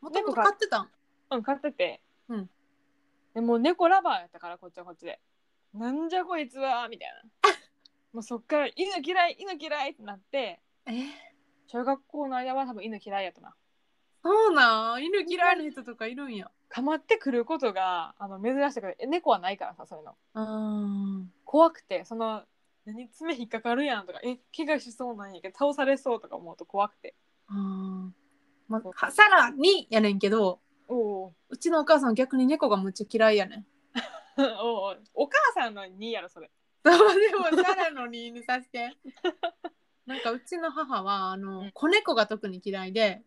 Speaker 1: もともと買ってたん
Speaker 2: ううん飼ってて
Speaker 1: うん
Speaker 2: でもう猫ラバーやったからこっちはこっちでなんじゃこいつはみたい なもうそっから犬嫌い犬嫌いってなって
Speaker 1: え
Speaker 2: 小学校の間は多分犬嫌いやったな
Speaker 1: そうなん犬嫌いな人とかいるんや
Speaker 2: かまってくることがあの珍しいからえ猫はないからさそういうの
Speaker 1: あ
Speaker 2: 怖くてその何爪引っかかるやんとかえ怪我しそうなんやけど倒されそうとか思うと怖くて
Speaker 1: あまあサラにやねんけど
Speaker 2: おお
Speaker 1: うちのお母さん逆に猫がむっちゃ嫌いやねん
Speaker 2: おおお母さんのにやろそれ
Speaker 1: そうでもサラのににさせ てなんかうちの母はあ
Speaker 2: う
Speaker 1: の
Speaker 2: ん
Speaker 1: 子猫が特に嫌いで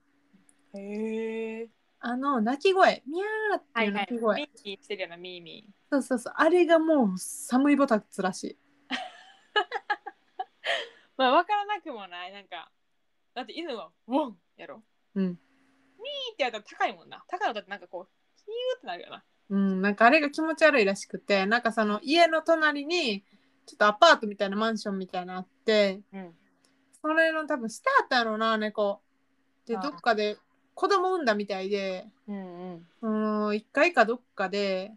Speaker 2: へえ
Speaker 1: あの鳴き声ミャーって
Speaker 2: はいいうは
Speaker 1: 鳴
Speaker 2: い
Speaker 1: き声、
Speaker 2: ミーミーしてるよなミーミ
Speaker 1: そうそうそうあれがもう寒いボタつらしい
Speaker 2: ーまあ分からなくもないなんかだって犬はウォンやろ
Speaker 1: うん
Speaker 2: ミーってやったら高いもんな高いのだってなんかこうヒューってなるよな
Speaker 1: うん、なんかあれが気持ち悪いらしくてなんかその家の隣にちょっとアパートみたいなマンションみたいなのあって
Speaker 2: うん
Speaker 1: それの多分下やったやろうな猫で
Speaker 2: あ
Speaker 1: ど
Speaker 2: ー
Speaker 1: っかで子供産んだみたいで
Speaker 2: うんうん
Speaker 1: うん1回かどっかで、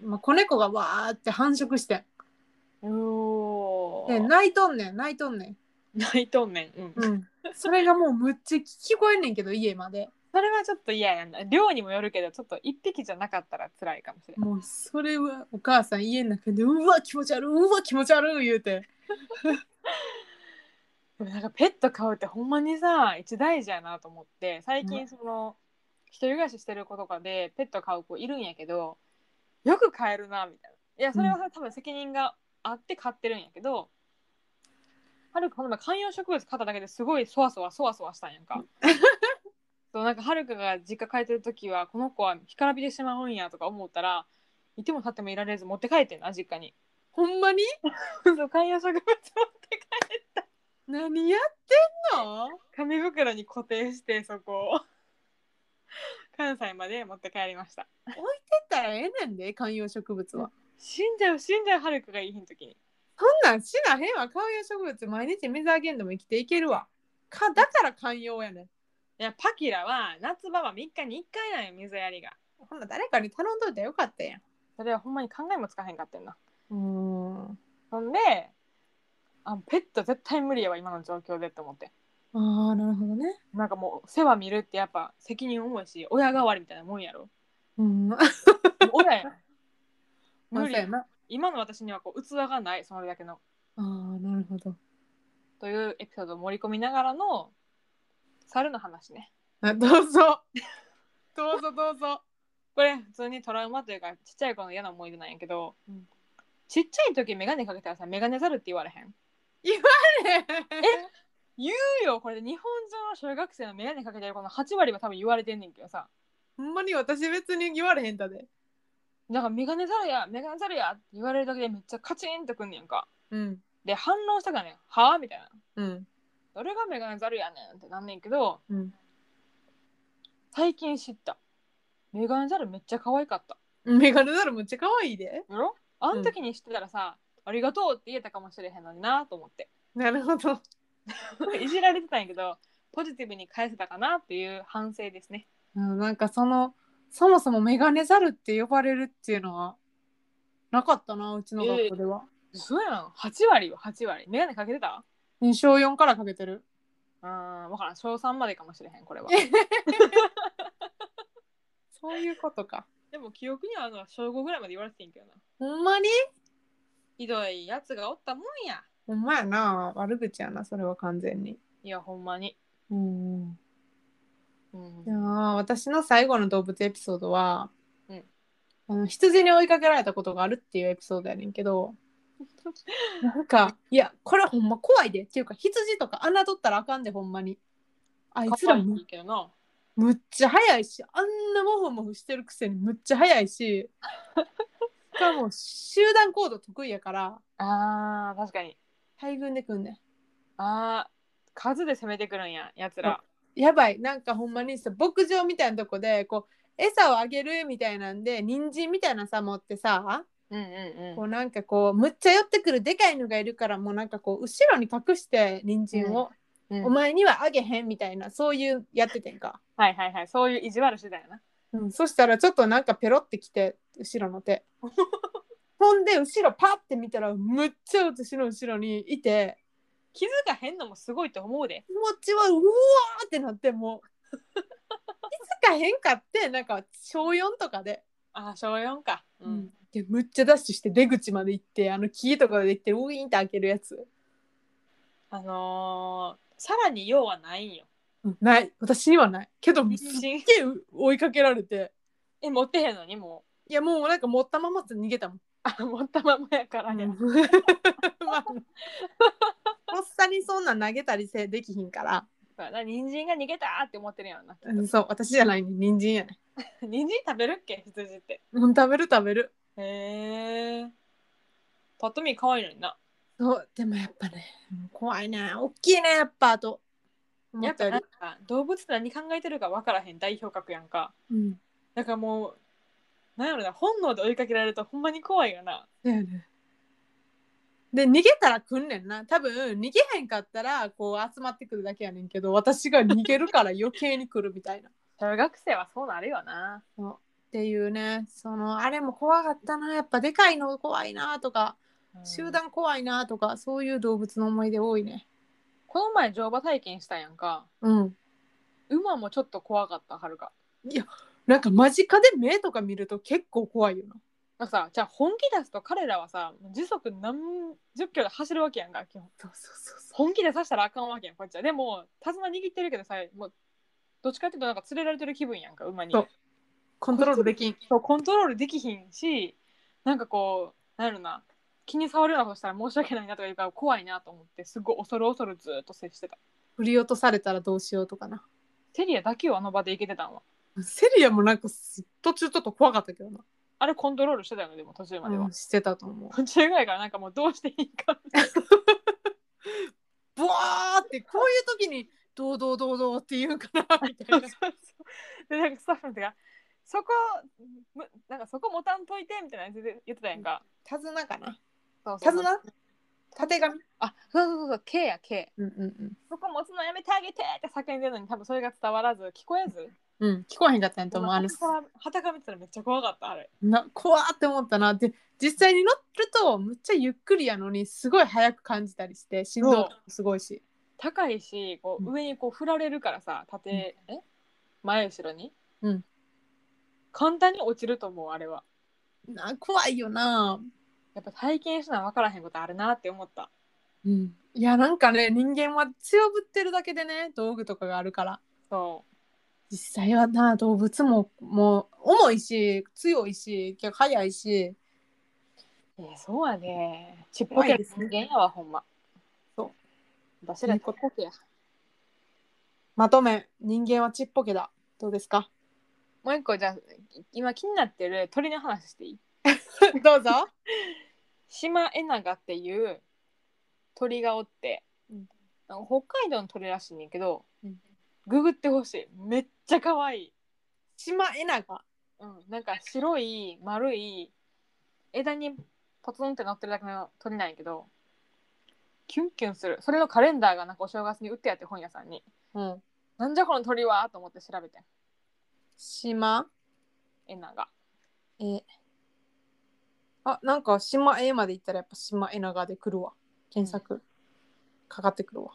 Speaker 1: まあ、子猫がわーって繁殖して
Speaker 2: おお
Speaker 1: で泣いとんねん泣いとんねん、
Speaker 2: 泣いとんねん、うん、
Speaker 1: うん、それがもうむっちゃ聞こえんねんけど家まで
Speaker 2: それはちょっと嫌やな量にもよるけどちょっと一匹じゃなかったら辛いかもしれない
Speaker 1: もうそれはお母さん家の中でうわ気持ち悪いうわ気持ち悪い言うて
Speaker 2: でもなんかペット飼うってほんまにさ一大事やなと思って最近その、一人暮らししてる子とかでペット飼う子いるんやけどよく飼えるなみたいないやそれはさ多分責任があって飼ってるんやけど、はるかこの前観葉植物飼っただけですごいそわそわそわそわしたんやんか。そうなんかはるかが実家帰ってる時はこの子は干からびてしまうんやとか思ったらいても立ってもいられず持って帰ってんな実家に。
Speaker 1: ほんまに
Speaker 2: そう観葉植物持って帰って
Speaker 1: 何やってんの
Speaker 2: 紙袋に固定してそこを 関西まで持って帰りました
Speaker 1: ったらええねんで観葉植物は。
Speaker 2: 死んじゃう死んじゃうはるかがいい日の時に
Speaker 1: そんなんしなへんわ観葉植物毎日水あげんでも生きていけるわ。かだから観葉やねん。
Speaker 2: いやパキラは夏場は3日に1回なんよ水やりが
Speaker 1: ほんな誰かに頼んどいたらよかったやん。
Speaker 2: それはほんまに考えもつかへんかってんな
Speaker 1: うん。
Speaker 2: ほんであペット絶対無理やわ今の状況でって思って
Speaker 1: ああなるほどね。
Speaker 2: なんかもう世話見るってやっぱ責任重いし親代わりみたいなもんやろ
Speaker 1: うん。ま
Speaker 2: もう 親やん
Speaker 1: あそ
Speaker 2: 無
Speaker 1: う
Speaker 2: 理
Speaker 1: やな。
Speaker 2: 今の私にはこう器がないそれだけの
Speaker 1: ああなるほど。
Speaker 2: というエピソードを盛り込みながらの猿の話ね
Speaker 1: あどうぞ。 どうぞどうぞ。
Speaker 2: これ普通にトラウマというかちっちゃい子の嫌な思い出なんやけど、
Speaker 1: うん
Speaker 2: ちっちゃい時メガネかけたらさメガネザルって言われへん
Speaker 1: え
Speaker 2: 言うよこれ日本人の小学生のメガネかけてる子の8割は多分言われてんねんけどさ
Speaker 1: ほんまに私別に言われへんだで。
Speaker 2: なんか「メガネザルやメガネザルや」って言われるだけでめっちゃカチンとくんねやんか
Speaker 1: うん。
Speaker 2: で反論したからねん「はあ?」みたいな
Speaker 1: うん。
Speaker 2: 「俺がメガネザルやねん」ってなんねんけど
Speaker 1: うん。
Speaker 2: 最近知ったメガネザルめっちゃ可愛かった
Speaker 1: メガネザルむっちゃ可愛いで。
Speaker 2: やろあん時に知ってたらさ、ありがとうって言えたかもしれへんのになと思って
Speaker 1: なるほど。
Speaker 2: いじられてたんやけどポジティブに返せたかなっていう反省ですね
Speaker 1: うん、なんかその、そもそもメガネザルって呼ばれるっていうのは、なかったな、うちの学校では。
Speaker 2: そうやん8割よ8割メガネかけてた
Speaker 1: え小4からかけてる。
Speaker 2: うーん分からん小3までかもしれへん これは
Speaker 1: そういうことか。
Speaker 2: でも記憶にはあの小5ぐらいまで言われてたんやけどな
Speaker 1: ほんまに
Speaker 2: ひどいやつがおったもんや
Speaker 1: ほんまやな。悪口やな、それは完全に。
Speaker 2: いやほんまに、
Speaker 1: うん。
Speaker 2: うん
Speaker 1: いやー私の最後の動物エピソードは、
Speaker 2: うん
Speaker 1: あの羊に追いかけられたことがあるっていうエピソードやねんけ どなんかいやこれほんま怖いでっていうか羊とか侮ったらあかんでほんまにあいつら
Speaker 2: 可愛
Speaker 1: む
Speaker 2: いけどな
Speaker 1: むっちゃ速いしあんなモフモフしてるくせにむっちゃ速い ししかも集団行動得意やから
Speaker 2: あー確かに
Speaker 1: 大群でくんねん
Speaker 2: あー数で攻めてくるんややつら
Speaker 1: やばいなんかほんまにさ牧場みたいなとこでこう餌をあげるみたいなんで人参みたいなさ持ってさ
Speaker 2: うんうん
Speaker 1: こうなんかこうむっちゃ寄ってくるでかいのがいるからもうなんかこう後ろに隠して人参を、
Speaker 2: うん
Speaker 1: お前にはあげへんみたいなそういうやっててんか、
Speaker 2: はいはいはいそういう意地悪してたよな
Speaker 1: うん、そしたらちょっとなんかペロってきて後ろの 手ほんで後ろパッて見たらむっちゃ私の後ろにいて
Speaker 2: 気づかへんのもすごいと思うで
Speaker 1: 気持ちはうわーってなっても う気づかへんかってなんか小4とかで。
Speaker 2: あー小4かう
Speaker 1: でむっちゃダッシュして出口まで行ってあの木とかで行ってウィーンって開けるやつ、
Speaker 2: あのー、さらに用はないんよ
Speaker 1: うんない私にはないけど
Speaker 2: 人
Speaker 1: すっ
Speaker 2: 参
Speaker 1: げ え追いかけられて
Speaker 2: え持ってへんのにもう
Speaker 1: いやもうなんか持ったまま逃げたもん、
Speaker 2: あ持ったままやから や、
Speaker 1: まあとっさにそんなん投げたりせできひんから、
Speaker 2: だから人参が逃げたーって思ってるやろな
Speaker 1: うんそう私じゃないね人参やね
Speaker 2: 人参食べるっけ羊って
Speaker 1: うん食べる食べる
Speaker 2: へえぱっと見可愛いのにな
Speaker 1: そうでもやっぱねうん怖いね大きいねやっぱあと思
Speaker 2: やっ
Speaker 1: った
Speaker 2: ぱ
Speaker 1: よ
Speaker 2: な
Speaker 1: り
Speaker 2: んか動物って何考えてるか分からへん代表格やんか
Speaker 1: うん
Speaker 2: だからもうなんやろな本能で追いかけられるとほんまに怖いよな
Speaker 1: だよねで逃げたら来んねんな多分逃げへんかったらこう集まってくるだけやねんけど私が逃げるから余計に来るみたいな
Speaker 2: 小学生はそうなるよな
Speaker 1: っていうねそのあれも怖かったなやっぱでかいの怖いなとか集団怖いなとかそういう動物の思い出多いね
Speaker 2: この前乗馬体験したやんか
Speaker 1: うん
Speaker 2: 馬もちょっと怖かったはるか
Speaker 1: なんか間近で目とか見ると結構怖いよな
Speaker 2: なんかさじゃあ本気出すと彼らはさ時速何十キロで走るわけやんか基本
Speaker 1: そうそうそうそ
Speaker 2: 本気で刺したらあかんわけやんこっちはでも手綱握ってるけどさもうどっちかっていうとなんか連れられてる気分やんか馬に
Speaker 1: そうコントロールできん
Speaker 2: そうコントロールできひんしなんかこうなんやろな気に触るようなことしたら申し訳ないなとか言うから怖いなと思ってすごい恐る恐るずっと接してた
Speaker 1: 振り落とされたらどうしようとかな
Speaker 2: セリアだけをあの場で行けてたんは
Speaker 1: セリアもなんかす途中ちょっと怖かったけどな、
Speaker 2: あれコントロールしてたよねでも途中までは、
Speaker 1: うんしてたと思う
Speaker 2: 途中ぐらいからなんかもうどうしていいかみたいな
Speaker 1: ブワーってこういう時に「どうどうどうどう」って言うかなみたいな
Speaker 2: そうそうでなんかスタッフの人が「そこむなんかそこ持たんといて」みたいなやつで言ってたやんか、
Speaker 1: 手綱かな
Speaker 2: そうそ
Speaker 1: 手
Speaker 2: うそう
Speaker 1: 綱たてがみ
Speaker 2: あそうそうそうそう K や K
Speaker 1: うんうん
Speaker 2: そこ持つのやめてあげてって叫んでるのに多分それが伝わらず聞こえず
Speaker 1: うんうん聞こえへんかったんやと思うあの
Speaker 2: はたから見てたらめっちゃ怖かったあれ
Speaker 1: な怖ーって思ったなで実際に乗るとむっちゃゆっくりやのにすごい速く感じたりして心臓すごいし
Speaker 2: 高いしこ
Speaker 1: う
Speaker 2: うん上にこう振られるからさ縦、え前後ろに、
Speaker 1: うん
Speaker 2: 簡単に落ちると思うあれは
Speaker 1: な怖いよな、
Speaker 2: やっぱ体験しな分からへんことあるなって思った
Speaker 1: うん、いやなんかね人間は強ぶってるだけでね道具とかがあるから
Speaker 2: そ
Speaker 1: 実際はな動物ももう重いし強いし速いし
Speaker 2: うえそうやねちっぽけな人間やわほんま
Speaker 1: そう
Speaker 2: 私らちっぽけや
Speaker 1: まとめ人間はちっぽけだどうですか
Speaker 2: もう一個じゃあ今気になってる鳥の話していい
Speaker 1: どうぞ。
Speaker 2: シマエナガっていう鳥がおって、
Speaker 1: うん
Speaker 2: なんか北海道の鳥らしいねんけど、
Speaker 1: うん
Speaker 2: ググってほしいめっちゃ可愛い
Speaker 1: シマエナガ。
Speaker 2: うん、なんか白い丸い枝にポツンって乗ってるだけの鳥なんやけどキュンキュンするそれのカレンダーがなんかお正月に売ってやって本屋さんに
Speaker 1: うん。
Speaker 2: なんじゃこの鳥はと思って調べてん
Speaker 1: シマ
Speaker 2: エナが
Speaker 1: エ。あ、なんかシマエまで行ったらやっぱシマエナガで来るわ。検索かかってくるわ。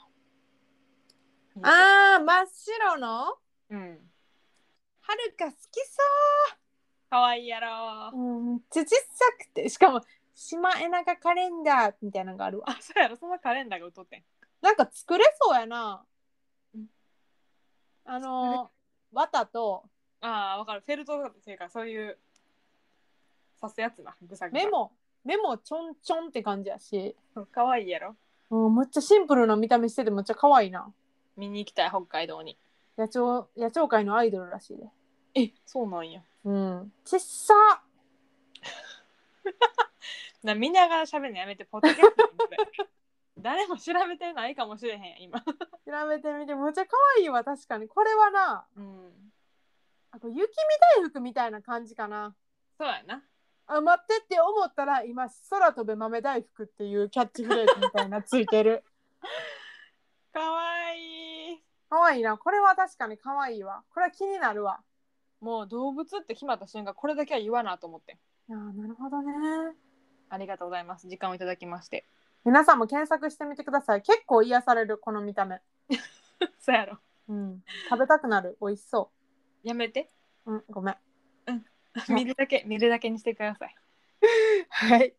Speaker 1: あー、真っ白の
Speaker 2: うん
Speaker 1: はるか好き
Speaker 2: 可愛いやろ
Speaker 1: そう。うん、めっちゃ小さくて。しかも、シマエナガカレンダーみたいなのがあるわ。
Speaker 2: あそうやろそのカレンダーが売っとってん
Speaker 1: なんか作れそうやな
Speaker 2: うん。
Speaker 1: あのー、綿と
Speaker 2: ああわかるフェルトとかっていうかそういう刺すやつなグサグサ
Speaker 1: 目も、目もちょんちょんって感じやし。
Speaker 2: 可愛いやろ
Speaker 1: うん、めっちゃシンプルな見た目しててめっちゃ可愛いな。
Speaker 2: 見に行きたい北海道に
Speaker 1: 野鳥、野鳥界のアイドルらしいで。
Speaker 2: えそうなんや
Speaker 1: うん。ちっさ
Speaker 2: な見ながら喋るのやめてポッドキャストにこれ 誰も調べてないかもしれへん今
Speaker 1: 調べてみて、めっちゃ可愛いわ、確かに。これはな、
Speaker 2: うん
Speaker 1: あこれ雪見大福みたいな感じかな。
Speaker 2: そうやな
Speaker 1: あ、待ってって思ったら、今、空飛べ豆大福っていうキャッチフレーズみたいなついて る。
Speaker 2: 可愛い
Speaker 1: 可愛いな。これは確かに可愛いわ。これは気になるわ。
Speaker 2: もう動物って決まった瞬間これだけは言わなと思って
Speaker 1: いやーなるほどね。
Speaker 2: ありがとうございます時間をいただきまして
Speaker 1: 皆さんも検索してみてください。結構癒される、この見た目。
Speaker 2: そうやろ
Speaker 1: うん。食べたくなる。美味しそ
Speaker 2: やめて
Speaker 1: う。うん、ごめん。
Speaker 2: 見るだけ見るだけにしてください
Speaker 1: はい。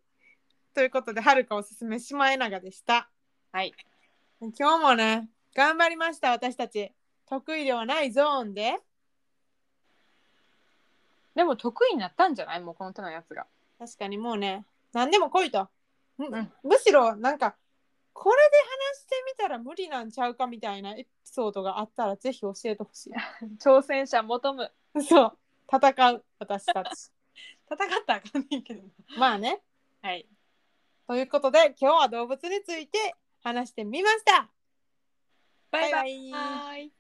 Speaker 1: ということで、はるかおすすめシマエナガでした。
Speaker 2: はい
Speaker 1: 今日もね、頑張りました、私たち。得意ではないゾーンで。
Speaker 2: でも得意になったんじゃないもうこの手のやつが
Speaker 1: 確かにもうね、何でも来いと。む
Speaker 2: うん
Speaker 1: むしろ、なんか、これで話してみたら無理なんちゃうかみたいなエピソードがあったら、ぜひ教えてほしい。
Speaker 2: 挑戦者求む
Speaker 1: そう、戦う、私たち。
Speaker 2: 戦ったらあかんねんけどな
Speaker 1: まあね。
Speaker 2: はい
Speaker 1: ということで、今日は動物について話してみました。
Speaker 2: バイバイ
Speaker 1: バイバイ
Speaker 2: はーい